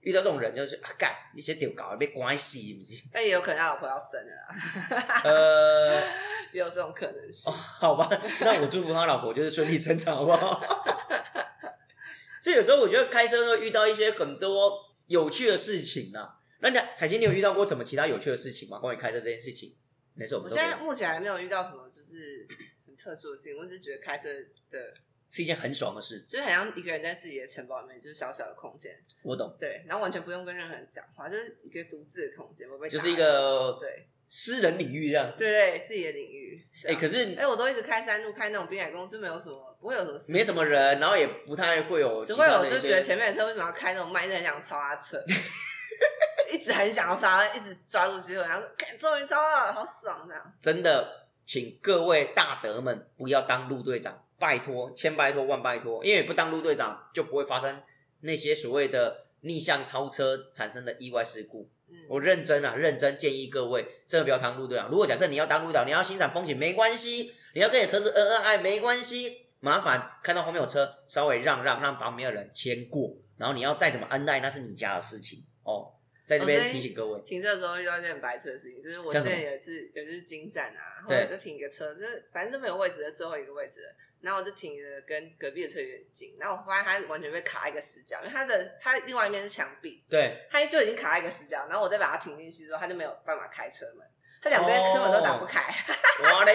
B: 遇到这种人就是啊，干你些丢搞被关系是不 [laughs] 是？
A: 但也有可能他老婆要生了啊，
B: 呃， [laughs]
A: 也有这种可能性。
B: 好吧，那我祝福他老婆就是顺利生产，好不好？ [laughs] 所以有时候我觉得开车会遇到一些很多有趣的事情啊。那你彩琴，你有遇到过什么其他有趣的事情吗？关于开车这件事情？没事，我
A: 我
B: 们都
A: 现
B: 可以
A: 在目前还没有遇到什么就是很特殊的事情，我只是觉得开车的，
B: 是一件很爽的事。
A: 就是好像一个人在自己的城堡里面，就是小小的空间，
B: 我懂，
A: 对，然后完全不用跟任何人讲话，就是一个独自的空间，我被
B: 就
A: 打
B: 是一
A: 扰
B: 个
A: 对
B: 私人领域这样。
A: 对对自己的领域。
B: 哎、
A: 对啊
B: 可是
A: 哎、我都一直开山路，开那种滨海公路，就没有什么，不会有什么事，啊
B: 没什么，人，然后也不太会有其
A: 只
B: 他
A: 会有
B: 的一些，
A: 就觉得前面的车为什么要开那种慢，一直很想超他
B: [laughs]
A: 车，一直很想要超他，一直抓住机会，然后说干终于超了，好爽这样。
B: 真的，请各位大德们不要当陆队长，拜托，千拜托万拜托，因为不当陆队长就不会发生那些所谓的逆向超车产生的意外事故。
A: 嗯，
B: 我认真啊，认真建议各位，真的不要当陆队长。如果假设你要当陆队长，你要欣赏风景没关系，你要跟你车子恩恩爱没关系，麻烦看到后面有车，稍微让让让旁边的人先过，然后你要再怎么恩爱，那是你家的事情哦。在这
A: 哦
B: 边
A: 所以
B: 提醒各位，
A: 停车的时候遇到一件很白痴的事情，就是我之
B: 像什么
A: 前有一次，有一次进站啊，然后
B: 对
A: 我就停一个车，就是反正就没有位置的最后一个位置了，然后我就停着跟隔壁的车有点近，然后我发现它完全被卡在一个死角，因为它的它另外一面是墙壁，
B: 对，
A: 他就已经卡在一个死角，然后我再把它停进去之后，他就没有办法开车门，他两边车门都打不开，
B: 哇嘞。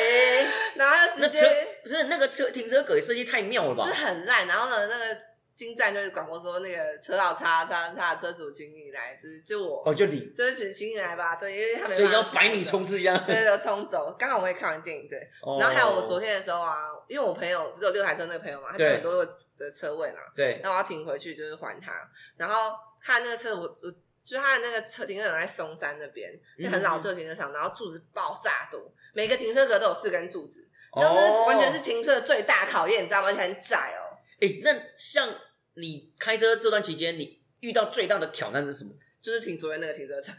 A: [laughs] 然后他就
B: 哦那
A: 直
B: 车
A: 接
B: 不是那个车停车格也设计太妙了吧
A: 就是？很烂。然后呢，那个金站就是广播说，那个车道叉叉叉车主，请你来，就是就我，
B: 哦，就你，
A: 就是请请你来吧，所以因为他们
B: 所以要百米冲刺一样。
A: [laughs] 对对对，冲走。刚好我也看完电影，对。
B: 哦
A: 然后还有我昨天的时候啊，因为我朋友不是有六台车那个朋友嘛，他就
B: 对
A: 很多的车位嘛，
B: 对，
A: 然后我要停回去就是还他，然后他那个车我我。就他的那个车停车场在松山那边，那很老旧的停车场，然后柱子爆炸多，每个停车格都有四根柱子，然后那
B: 哦
A: 完全是停车的最大考验，你知道吗？而且很窄哦。
B: 哎，那像你开车这段期间，你遇到最大的挑战是什么？
A: 就是停昨天那个停车场。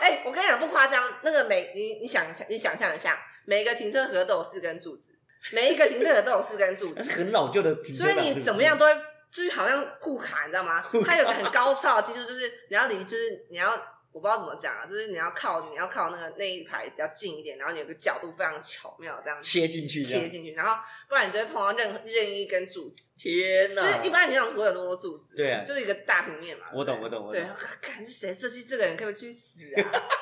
A: 哎、我跟你讲不夸张，那个每你你想你想象一下，每一个停车格都有四根柱子，每一个停车格都有四根柱
B: 那
A: 子，
B: 是很老旧的停车
A: 所
B: 场，
A: 以
B: 是不
A: 你
B: 是
A: 怎么样？都会。就是好像互卡，你知道吗
B: 互？卡
A: 它有个很高超的技术，就是你要离，就是你要，我不知道怎么讲啊，就是你要靠，你要靠那个那一排比较近一点，然后你有个角度非常巧妙，这样
B: 切进去这
A: 切
B: 样？
A: 进去，然后不然你就会碰到任何任意一根柱子。
B: 天哪！
A: 就是一般你想我有那么多柱子，
B: 对啊
A: 就是一个大平面嘛。
B: 我懂，我懂，我
A: 对，
B: 懂
A: 然，后看是谁设计这个人，可不可以去死啊？
B: [laughs]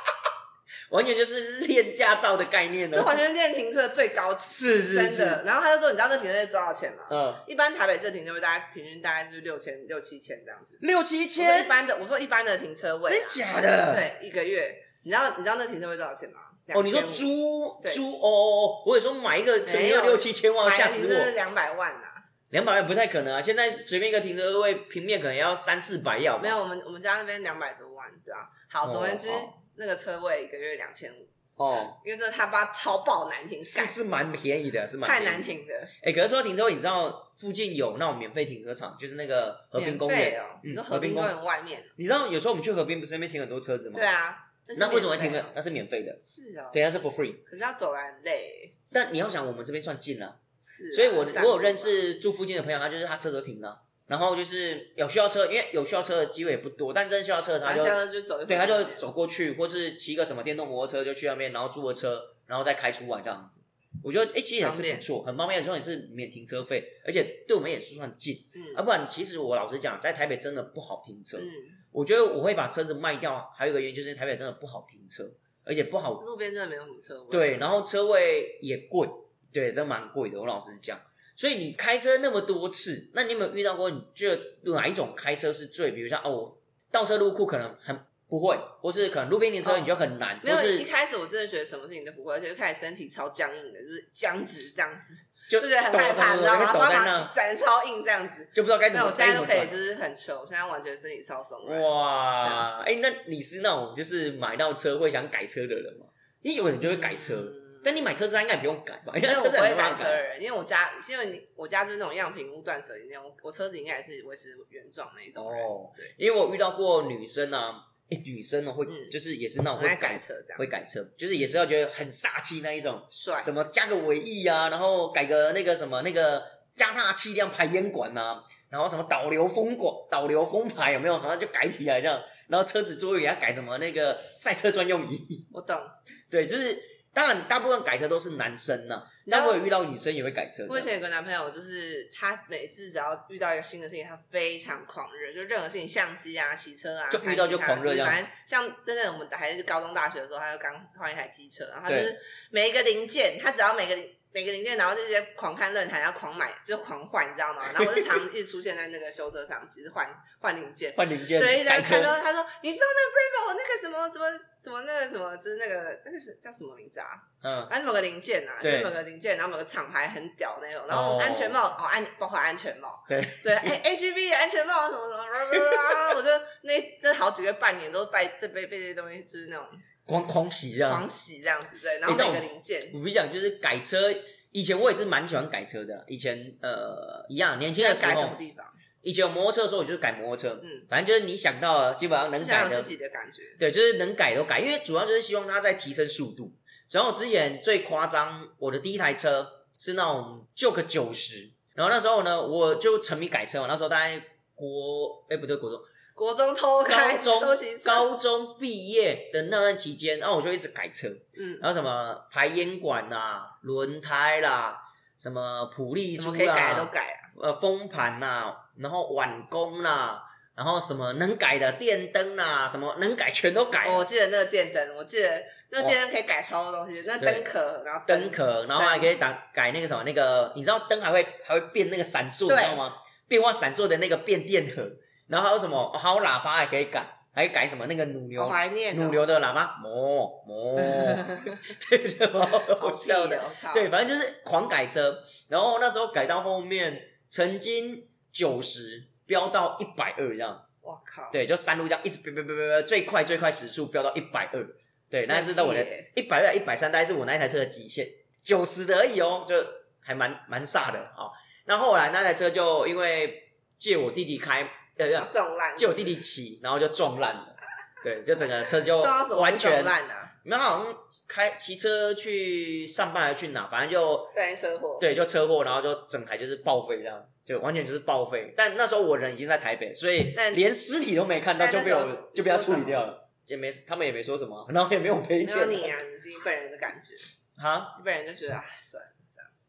B: 完全就是练驾照的概念呢
A: 这。完全练停车的最高级，
B: 是是
A: 真
B: 是，
A: 的。然后他就说，你知道这停车费多少钱吗？
B: 嗯，
A: 一般台北市的停车位大概平均大概就是六千六七千这样子。
B: 六七
A: 我说一
B: 千，
A: 般的，我说一般的停车位啊，
B: 真假的？。
A: 对，一个月，你知道你知道那停车位多少钱吗？
B: 哦，你说
A: 2500
B: 租
A: 对
B: 租哦哦哦，我有时候买一个可能
A: 没有
B: 要六七千万，
A: 买
B: 吓
A: 个
B: 死
A: 停车位
B: 我！
A: 两百万啊？
B: 两百万不太可能啊，现在随便一个停车位平面可能要三四百要吧，
A: 没有，我们我们家那边两百多万，对啊。好，
B: 哦
A: 总而言之
B: 哦，
A: 那个车位一个月两千五，
B: 哦，
A: 因为这他妈超爆难停，
B: 是是蛮便宜的，是蛮
A: 太
B: 便宜
A: 难停了。
B: 哎、可是说到停车位，你知道附近有那种免费停车场，就是那个和平公
A: 免费
B: 园
A: 哦，你
B: 嗯，
A: 说和平公
B: 公
A: 园外面，
B: 你知道有时候我们去河边不是那边停很多车子吗？
A: 对。啊，
B: 那为什么会停
A: 呢
B: 呢？？那是免费的，
A: 啊是哦，
B: 对，那是 for free。
A: 可是要走来很累，
B: 但你要想，我们这边算近了，
A: 是啊，
B: 所以我
A: 散
B: 我
A: 步
B: 有认识住附近的朋友，他就是他车子都停了，然后就是有需要车，因为有需要车的机会也不多，但真的需要车的时候
A: 嘛，
B: 他
A: 然
B: 就
A: 后下车就走一会
B: 对，
A: 儿
B: 他
A: 路
B: 就
A: 线，
B: 走过去，或是骑个什么电动摩托车就去那边，然后租个车，然后再开出来这样子。我觉得哎、诶其实也
A: 方
B: 是
A: 便
B: 不错，很方便，而且也是免停车费，而且对我们也是算近。要、
A: 嗯
B: 不然，其实我老实讲，在台北真的不好停车。
A: 嗯，
B: 我觉得我会把车子卖掉，还有一个原因就是台北真的不好停车，而且不好
A: 路边真的没有什么车位，
B: 对，然后车位也贵，对，真的蛮贵的。我老实讲，所以你开车那么多次，那你有没有遇到过？你觉得哪一种开车是最？比如像哦，我倒车入库可能很不会，或是可能路边停车
A: 哦
B: 你就很难，
A: 没
B: 或
A: 有一
B: 是
A: 开始我真的觉得什么事情都不会，而且就开始身体超僵硬的，就是僵直这样子，
B: 就
A: 对不对？很
B: 抖
A: 害怕，
B: 抖
A: 你知
B: 抖
A: 道
B: 抖
A: 吗？
B: 抖
A: 方
B: 在
A: 法
B: 那，哎
A: 展超硬这样子。
B: 就不知道该怎
A: 对，
B: 么
A: 我现在
B: 该
A: 都
B: 怎么
A: 可以，
B: 转
A: 就。是很穷，我现在完全身体超松软。
B: 哇，哎、那你是那种就是买到车会想改车的人吗？因为有人就会改车，
A: 嗯
B: [laughs] 但你买特斯拉应该不用改吧？因
A: 因
B: 为
A: 为我不
B: 特斯拉
A: 会
B: 很难
A: 改车的人，因为我家，因为你我家就是那种样品屋断舍离那种，我车子应该也是维持原状那一种人，
B: 哦
A: 对，
B: 因为我遇到过女生啊，诶女生哦会、
A: 嗯
B: 就是也是那种
A: 很
B: 会
A: 爱
B: 改
A: 改车这样，
B: 会改车，就是也是要觉得很煞气那一种，
A: 帅，
B: 什么加个尾翼啊，然后改个那个什么那个加大气量排烟管呐、然后什么导流风管、导流风牌有没有？然后就改起来这样，然后车子座位给它改什么那个赛车专用椅，
A: 我懂。
B: 对，就是当然大部分改车都是男生呐、
A: 然
B: 但
A: 后
B: 我有遇到女生也会改车的，
A: 我以前有个男朋友，就是他每次只要遇到一个新的事情，他非常狂热，就任何事情，相机啊、骑车啊，
B: 就遇到就狂
A: 弹吉
B: 热这
A: 他
B: 样
A: 反正像真的我们还是高中大学的时候，他就刚换一台机车，然后他就
B: 对
A: 是每一个零件，他只要每个零每个零件，然后就直接狂看论坛，然后狂买，就狂换，你知道吗？然后我就常一直出现在那个修车厂，只是换换零件。
B: 换零件
A: 对，一直在
B: 改
A: 看
B: 车，
A: 到他说，你知道那个 Bravo 那个什么什么什么那个什么，就是那个那个是叫什么名字啊？
B: 嗯，
A: 反正某个零件啊，就
B: 对
A: 是某个零件，然后某个厂牌很屌那种，然后安全帽哦安包括安全帽，
B: 对
A: 对，哎 H V 安全帽啊什么什么，啦啦啦啦我就那这好几个半年都被这被被这些东西就是那种
B: 狂狂喜这样，
A: 狂喜这样子，对，然后
B: 嗯诶但
A: 每
B: 我
A: 个零件，
B: 我不是讲，就是改车。以前我也是蛮喜欢改车的，以前呃一样，年轻的时
A: 改什
B: 候
A: 么，地方，
B: 以前有摩托车的时候，我就是改摩托车，
A: 嗯，
B: 反正就是你想到了，基本上
A: 就
B: 能
A: 想
B: 改
A: 有自
B: 的，
A: 己的感觉，
B: 对，就是能改都改，因为主要就是希望它在提升速度。然后我之前最夸张，我的第一台车是那种 Joke 九十，然后那时候呢，我就沉迷改车嘛，那时候大概国哎、不对国中，
A: 国中偷
B: 高
A: 开
B: 中
A: 偷骑车，
B: 高中毕业的那段期间，然后我就一直改车，
A: 嗯，
B: 然后什么排烟管啦、轮胎啦、什么普利
A: 什
B: 珠
A: 么可以改的都
B: 啦、
A: 改啊，
B: 呃风盘啦，然后碗工啦，然后什么能改的电灯啦，什么能改全都改。啊
A: 哦我记得那个电灯，我记得那电灯可以改超多东西，那
B: 对
A: 灯壳，然后
B: 灯壳，然后还可以打改那个什么那个，你知道灯还会还会变那个闪烁，你知道吗？变化闪烁的那个变电盒，然后还有什么？哦还有喇叭还可以改，还可以改什么？那个乳
A: 好
B: 牛
A: 怀念
B: 乳
A: 哦，
B: 牛的喇叭，磨磨， [laughs] 对，就蛮
A: [laughs] 好
B: 好
A: 屁
B: 笑的。
A: 哦，靠
B: 对，反正就是狂改车，然后那时候改到后面，曾经九十飙到一百二这样，
A: 我靠，
B: 对，就山路这样一直飙飙飙飙飙，最快最快时速飙到一百二，对，那是到我的
A: 很野
B: 一百二一百三，大概是我那一台车的极限，九十的而已哦，就还蛮蛮飒的哦。那后来那台车就因为借我弟弟开，呃，不
A: 撞烂，
B: 借我弟弟骑，然后就撞烂了，对，就整个
A: [laughs]
B: 车就
A: 撞到什么
B: 完全
A: 撞烂啊？
B: 没有，好像开骑车去上班还是去哪，反正就
A: 不然车祸，
B: 对，就车祸，然后就整台就是报废这样，就完全就是报废。但那时候我人已经在台北，所以
A: 那
B: 连尸体都没看到，
A: 那
B: 就被我
A: 那时候
B: 就被他
A: 你说
B: 处理
A: 什么
B: 掉了，也没他们也没说什么，然后也没有赔
A: 没有
B: 钱。
A: 你啊，你自己本人的感觉，
B: 啊，
A: 你本人就觉得啊，算了，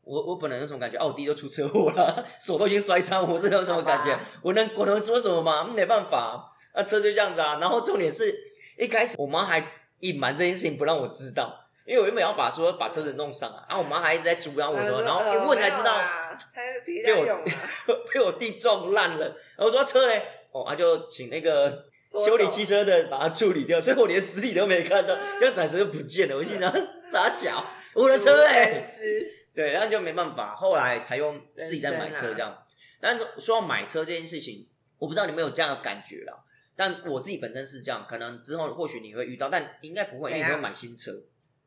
B: 我我本人有什么感觉？哦，我弟就出车祸了，手都已经摔伤，我是有什么感觉
A: 好吧？
B: 我能我能说什么吗？没办法，那、车就这样子啊。然后重点是一开始我妈还隐瞒这件事情不让我知道，因为我原本要把说把车子弄上啊，然后我妈还一直在阻拦我说，然后一问才知道
A: 呃没有啦才皮带
B: [laughs]
A: 用啊，
B: 被我弟撞烂了。然后我说车嘞，哦，他、就请那个
A: 多
B: 修理
A: 走
B: 汽车的把它处理掉，所以我连尸体都没看到，就暂时就不见了。我心想傻小，我的车哎嘞、
A: 真是
B: 对，然后就没办法，后来才用自己在买车
A: 人啊
B: 这样。但说到买车这件事情，我不知道你们有这样的感觉啦。但我自己本身是这样，可能之后或许你会遇到，但应该不会，因
A: 怎样
B: 为你会买新车。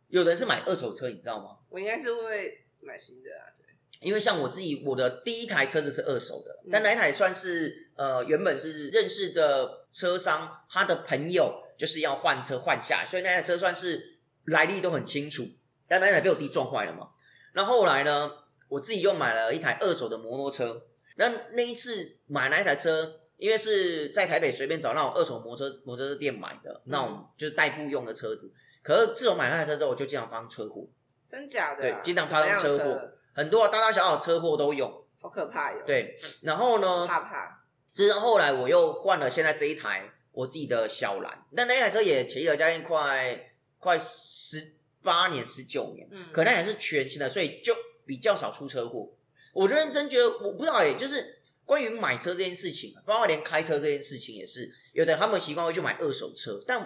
B: 有的人是买二手车，你知道吗？
A: 我应该是会买新的啊，对，
B: 因为像我自己，我的第一台车子是二手的，
A: 嗯
B: 但那一台算是呃原本是认识的车商，他的朋友就是要换车换下来，所以那台车算是来历都很清楚。但那一台被我弟撞坏了嘛，那后来呢，我自己又买了一台二手的摩托车。那那一次买那一台车，因为是在台北随便找那种二手摩托车摩托车店买的，那种就是代步用的车子。可是自从买那台车之后，我就经常发生车祸，
A: 真假的啊，
B: 对经常
A: 什么
B: 发生
A: 样的
B: 车祸很多、啊、大大小小的车祸都有。
A: 好可怕哟，，
B: 对，然后呢，
A: 怕怕，
B: 之后后来我又换了现在这一台我自己的小蓝，但那台车也骑了将近快快十八年、十九年，
A: 嗯，
B: 可那也是全新的，所以就比较少出车祸。我认真觉得，我不知道哎、就是关于买车这件事情，包括连开车这件事情也是，有的人他们习惯会去买二手车，但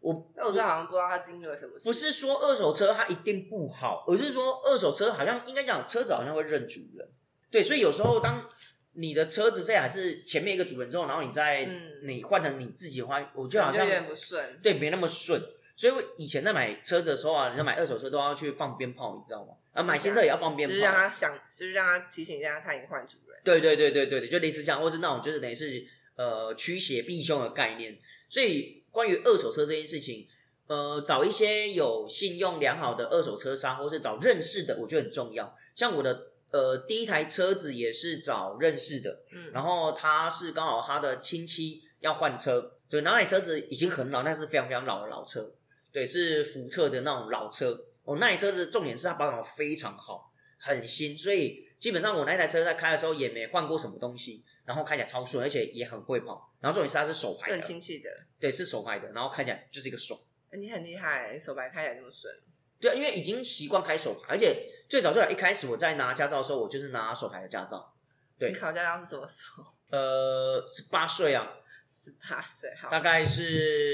B: 我
A: 那我就好像不知道它经历了什么事，
B: 不是说二手车它一定不好，而是说二手车好像应该讲车子好像会认主人，对，所以有时候当你的车子这还是前面一个主人之后，然后你再、
A: 嗯
B: 你换成你自己的话，我就
A: 可
B: 好
A: 能就
B: 像
A: 有点不顺，
B: 对没那么顺。所以我以前在买车子的时候啊，人家买二手车都要去放鞭炮，你知道吗？啊，买新车也要放
A: 就
B: 鞭
A: 是让
B: 炮，
A: 他想，就是让他提醒一下他已经换主人，
B: 对对对对对对，就类似这样，或是那种就是等于是呃驱邪避凶的概念。所以关于二手车这件事情，呃，找一些有信用良好的二手车商，或是找认识的，我觉得很重要。像我的呃第一台车子也是找认识的，
A: 嗯，
B: 然后他是刚好他的亲戚要换车，对，然后那台车子已经很老，那是非常非常老的老车，对，是福特的那种老车。哦，那台车子重点是它保养得非常好，很新，所以基本上我那台车在开的时候也没换过什么东西，然后开起来超顺，而且也很会跑。然后重点是它是手
A: 就
B: 排
A: 很
B: 的，
A: 亲戚的，
B: 对，是手排的，然后开起来就是一个爽。
A: 欸你很厉害，手白开起来那么顺，
B: 对啊，因为已经习惯开手牌，而且最早最早一开始我在拿驾照的时候，我就是拿手牌的驾照。对
A: 你考驾照是什么时候？ [laughs]
B: 呃，十八岁啊，
A: 十八岁，好，
B: 大概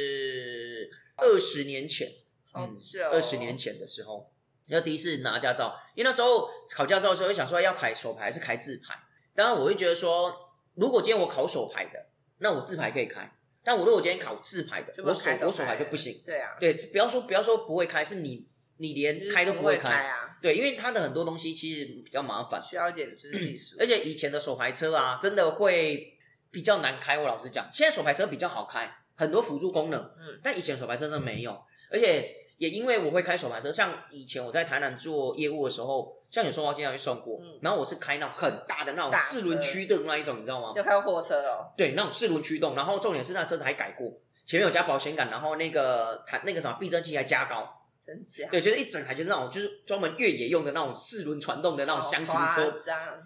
B: 是二十年前，
A: 好
B: 嗯
A: 久，哦
B: 二十年前的时候，要第一次拿驾照，因为那时候考驾照的时候就想说要考手牌还是开自牌，当然我会觉得说，如果今天我考手牌的，那我自牌可以开，但我如果今天考自牌的
A: 就，不
B: 我
A: 能
B: 手
A: 开
B: 我手牌
A: 牌
B: 就
A: 了
B: 不行。
A: 对啊，
B: 对，不要说不要说不会开，是你你连开都
A: 不
B: 嗯不会
A: 开啊，
B: 对，因为它的很多东西其实比较麻烦，
A: 需要一点就是技术，
B: 而且以前的手排车啊，真的会比较难开。我老实讲，现在手排车比较好开，很多辅助功能，
A: 嗯，
B: 但以前手排车真的没有。而且也因为我会开手排车，像以前我在台南做业务的时候，像有时候我经常去送货，
A: 嗯
B: 然后我是开那种很大的那种
A: 大
B: 四轮
A: 车
B: 驱动那一种，你知道吗
A: 你？有开过货车哦，
B: 对，那种四轮驱动，然后重点是那车子还改过，前面有加保险杆，然后那个弹那个什么避震器还加高，
A: 真假？
B: 对，就是一整台就是那种就是专门越野用的那种四轮传动的那
A: 好
B: 种
A: 夸张，
B: 箱型车，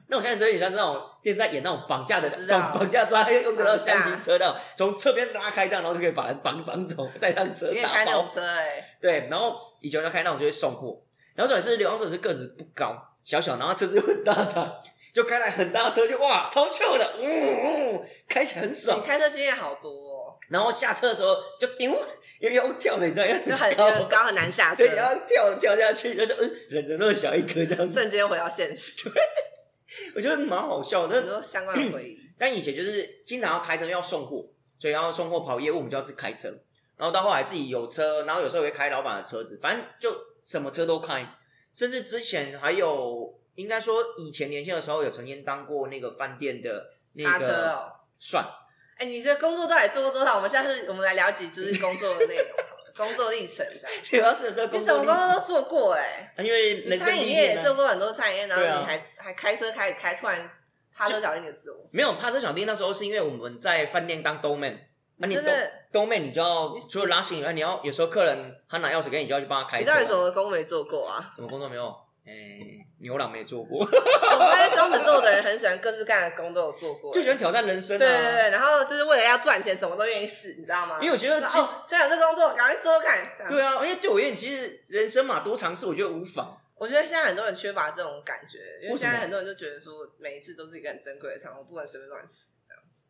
B: 那种箱型车有点像是那种电视在演那种绑架的
A: 我知
B: 这
A: 道
B: 种绑架抓用的那种
A: 绑架
B: 箱型车，那种从侧边拉开这样，然后就可以把人绑绑走，带上车
A: 你也
B: 打
A: 开那
B: 包
A: 种。车哎、
B: 对，然后以前要开那种就会送货，然后重点是流浪车是个子不高，小小，然后车子又很大的，就开来很大的车就哇超臭的，呜、呜、开起来很爽
A: 你。开车经验好
B: [laughs]
A: 多、哦，
B: 然后下车的时候就丢，因为要跳的，你知道，因
A: 就
B: 为
A: 很就
B: [laughs]
A: 很
B: 高，啊
A: 高很难下车
B: 所以，要跳跳下去，就是嗯，忍着那么小一颗这样子，
A: 瞬间回到现实，
B: 我觉得蛮好笑
A: 很
B: 的。
A: 多相关的回忆。
B: 但以前就是经常要开车要送货，所以要送货跑业务，我们就要自己开车。然后到后来自己有车，然后有时候也会开老板的车子，反正就什么车都开。甚至之前还有，应该说以前年轻的时候有曾经当过那个饭店的那
A: 搭车
B: 个
A: 哦，
B: 算， [laughs]
A: 哎、你这工作到底做过多少？我们下次我们来聊几就是工作的内容好了，工作历程这样。
B: 主要是有时候
A: 你
B: [laughs] 工
A: 什
B: 作
A: 么
B: 历
A: 工作
B: 史，
A: 都做过哎、
B: 啊因为
A: 你
B: 人生
A: 餐饮
B: 历
A: 业
B: 练
A: 也
B: 啊
A: 做过很多餐饮业，然后
B: 对啊
A: 你还、还开车开开，突然趴车小心点走，
B: 没有帕车小弟那时候是因为我们在饭店当 doorman，啊你
A: 真
B: do-
A: 的，
B: doorman 你就要除了拉行以外，你要有时候客人他拿钥匙给你，你就要去帮他开
A: 你
B: 车
A: 到
B: 啊。
A: 底什么工没做过啊？ [laughs]
B: 什么工作没有？哎、牛郎没做过，
A: 我发现双子座的人很喜欢各式各样的工都有做过，
B: [laughs] 就喜欢挑战人生啊。
A: 对对对，然后就是为了要赚钱，什么都愿意试，你知道吗？
B: 因为我觉得
A: 说
B: 其实、
A: 哦，现在有这工作，赶快做做看。这样
B: 对啊，而且对我而言，其实人生嘛，多尝试我觉得无妨。
A: 我觉得现在很多人缺乏这种感觉，因为
B: 为什
A: 现
B: 么
A: 在很多人就觉得说每一次都是一个很珍贵的场合，我不能随便乱试，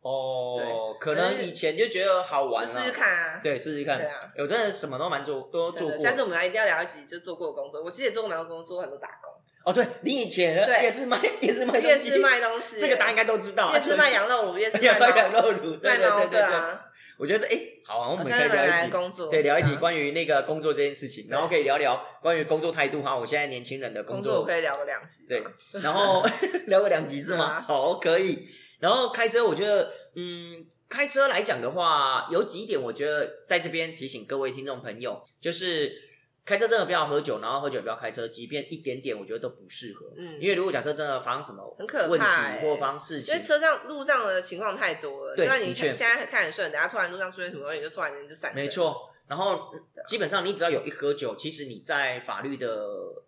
B: 哦，可
A: 可
B: 能
A: 是
B: 以前就觉得好玩、
A: 就
B: 啊，
A: 试试看啊。
B: 对，试试看。
A: 对啊
B: 哎我真的什么都蛮做，都做
A: 真的
B: 过。
A: 下次我们来一定要聊一集就做过的工作。我其实也做过蛮多工作，做很多打工，
B: 哦，对你以前
A: 对
B: 夜市卖 [laughs] 夜市卖东西
A: 夜市卖东西，
B: [laughs] 这个大家应该都知道
A: [laughs]
B: 啊，
A: 夜市卖羊肉乳，夜市
B: [laughs] 也
A: 卖
B: 卖
A: 猫
B: 羊肉卤，对
A: 卖
B: 对
A: 猫
B: 对对对。
A: 啊。
B: 我觉得这哎，好啊，我
A: 我
B: 们
A: 现
B: 可
A: 在
B: 以聊
A: 来
B: 一
A: 来
B: 集，
A: 工作，
B: 对，聊一集
A: 啊
B: 关于那个工作这件事情，然后可以聊聊关于工作态度哈。我现在年轻人的
A: 工
B: 工
A: 作，我
B: 作，
A: 可以聊个两集。
B: 对，
A: [laughs]
B: 然后 [laughs] 聊个两集是
A: 对
B: 吗？
A: 啊
B: 好，可以。然后开车，我觉得，嗯，开车来讲的话，有几点，我觉得在这边提醒各位听众朋友，就是开车真的不要喝酒，然后喝酒不要开车，即便一点点，我觉得都不适合。
A: 嗯
B: 因为如果假设真的发生什么
A: 很可
B: 问题
A: 怕欸
B: 或发生事
A: 因
B: 情
A: 为，车上路上的情况太多了，就
B: 对
A: 算你
B: 的确
A: 现在看很顺，等下突然路上出现什么东西，你就突然间就闪嗯身。
B: 没错。然后基本上你只要有一喝酒，其实你在法律的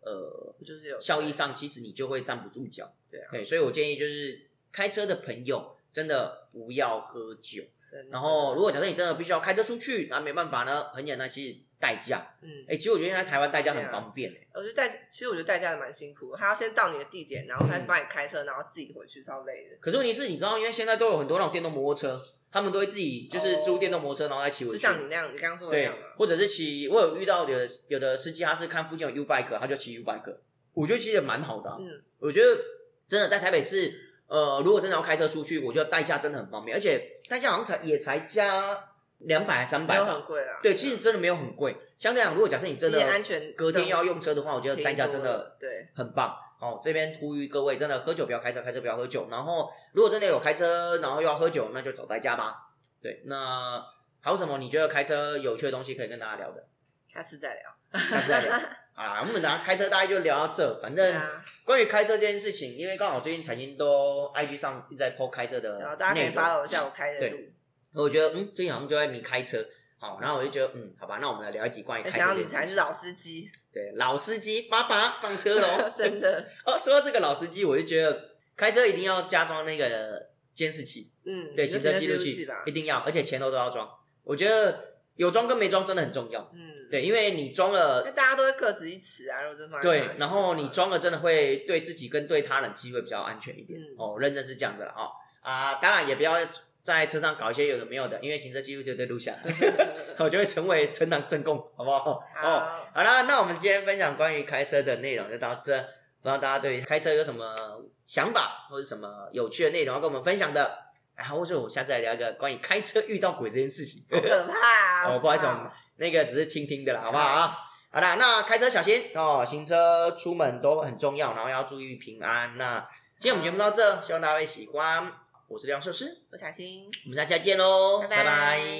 B: 呃
A: 就是有
B: 效益上，其实你就会站不住脚。
A: 对啊
B: 对，所以我建议就是开车的朋友真的不要喝酒。
A: 真的。
B: 然后如果假设你真的必须要开车出去，那没办法呢，很简单，其实代驾。
A: 嗯，
B: 哎，其实我觉得现在台湾代驾
A: 对啊
B: 很方便、欸。
A: 我觉得代，其实我觉得代驾的蛮辛苦的，他要先到你的地点，然后他
B: 嗯
A: 帮你开车，然后自己回去，超累的。
B: 可是问题是，你知道，因为现在都有很多那种电动摩托车，他们都会自己就是租电动摩托车，然后再骑回
A: 哦就
B: 去。
A: 像你那样，你刚刚说的那
B: 对
A: 样啊嘛，，
B: 或者是骑，我有遇到有的有的司机他是看附近有 U bike，他就骑 U bike，我觉得其实也蛮好的啊、
A: 嗯
B: 我觉得真的在台北市，呃，如果真的要开车出去，我觉得代驾真的很方便，而且代驾好像才也才加两百三
A: 没
B: 百
A: 有
B: 吧
A: 很，贵啦。
B: 对，其实真的没有很贵。相对来讲，如果假设你真
A: 你
B: 的
A: 也安全，
B: 隔天要用车的话，我觉
A: 便
B: 得
A: 宜
B: 代驾
A: 多
B: 真
A: 了
B: 的
A: 对，
B: 很棒。哦，这边呼吁各位，真的喝酒不要开车，开车不要喝酒。然后，如果真的有开车，然后又要喝酒，那就找代驾吧。对，那还有什么你觉得开车有趣的东西可以跟大家聊的？
A: 下次再聊。
B: 下次再
A: [laughs]
B: 聊。好啦，我们等下开车大概就聊到这。反
A: 对
B: 正
A: 啊，
B: 关于开车这件事情，因为刚好最近财经都 IG 上一直在 po 开车的
A: 然后啊大家可
B: 内
A: 以
B: 容，
A: follow 一下我开的路，
B: 我觉得嗯，最近好像就在迷开车。好，然后我就觉得嗯，好吧，那我们来聊一集关于
A: 没
B: 开
A: 想
B: 车
A: 到
B: 这
A: 你
B: 件事
A: 才
B: 情。
A: 是老司机，。
B: 对，老司机爸爸上车喽
A: [laughs] 真的，
B: 哦，说到这个老司机，我就觉得开车一定要加装那个监视器，
A: 嗯，
B: 对，
A: 你就行
B: 行车
A: 车
B: 记录
A: 器
B: 器
A: 吧
B: 一，定要，而且前头都要装。我觉得有装跟没装真的很重要，
A: 嗯，，
B: 对，因为你装
A: 那
B: 了，
A: 大家都会各执一词啊，如果真放在
B: 对
A: 法，律
B: 然后
A: 上
B: 你装了真的会对自己跟对他人机会比较安全一点。
A: 嗯
B: 哦，认真是这样的啦，哦啊，当然也不要在车上搞一些有的没有的，因为行车记录就得录下来， [laughs]
A: 嗯
B: 我就会成为成党正供，好不好？哦，
A: [laughs] 好，
B: 好啦，那我们今天分享关于开车的内容就到这，不知道大家对于开车有什么想法，或者什么有趣的内容要跟我们分享的，然后或者我们下次来聊一个关于开车遇到鬼这件事情。 [laughs]
A: 好可怕啊！
B: 哦，不好意思，我
A: 好
B: 们那个只是听听的啦，好不好啊？好啦，那开车小心哦，行车出门都很重要，然后要注意平安。那今天我们节目到这，希望大家会喜欢。我是梁硕师，
A: 我彩青。
B: 我们下期再见喽，
A: 拜拜
B: 拜拜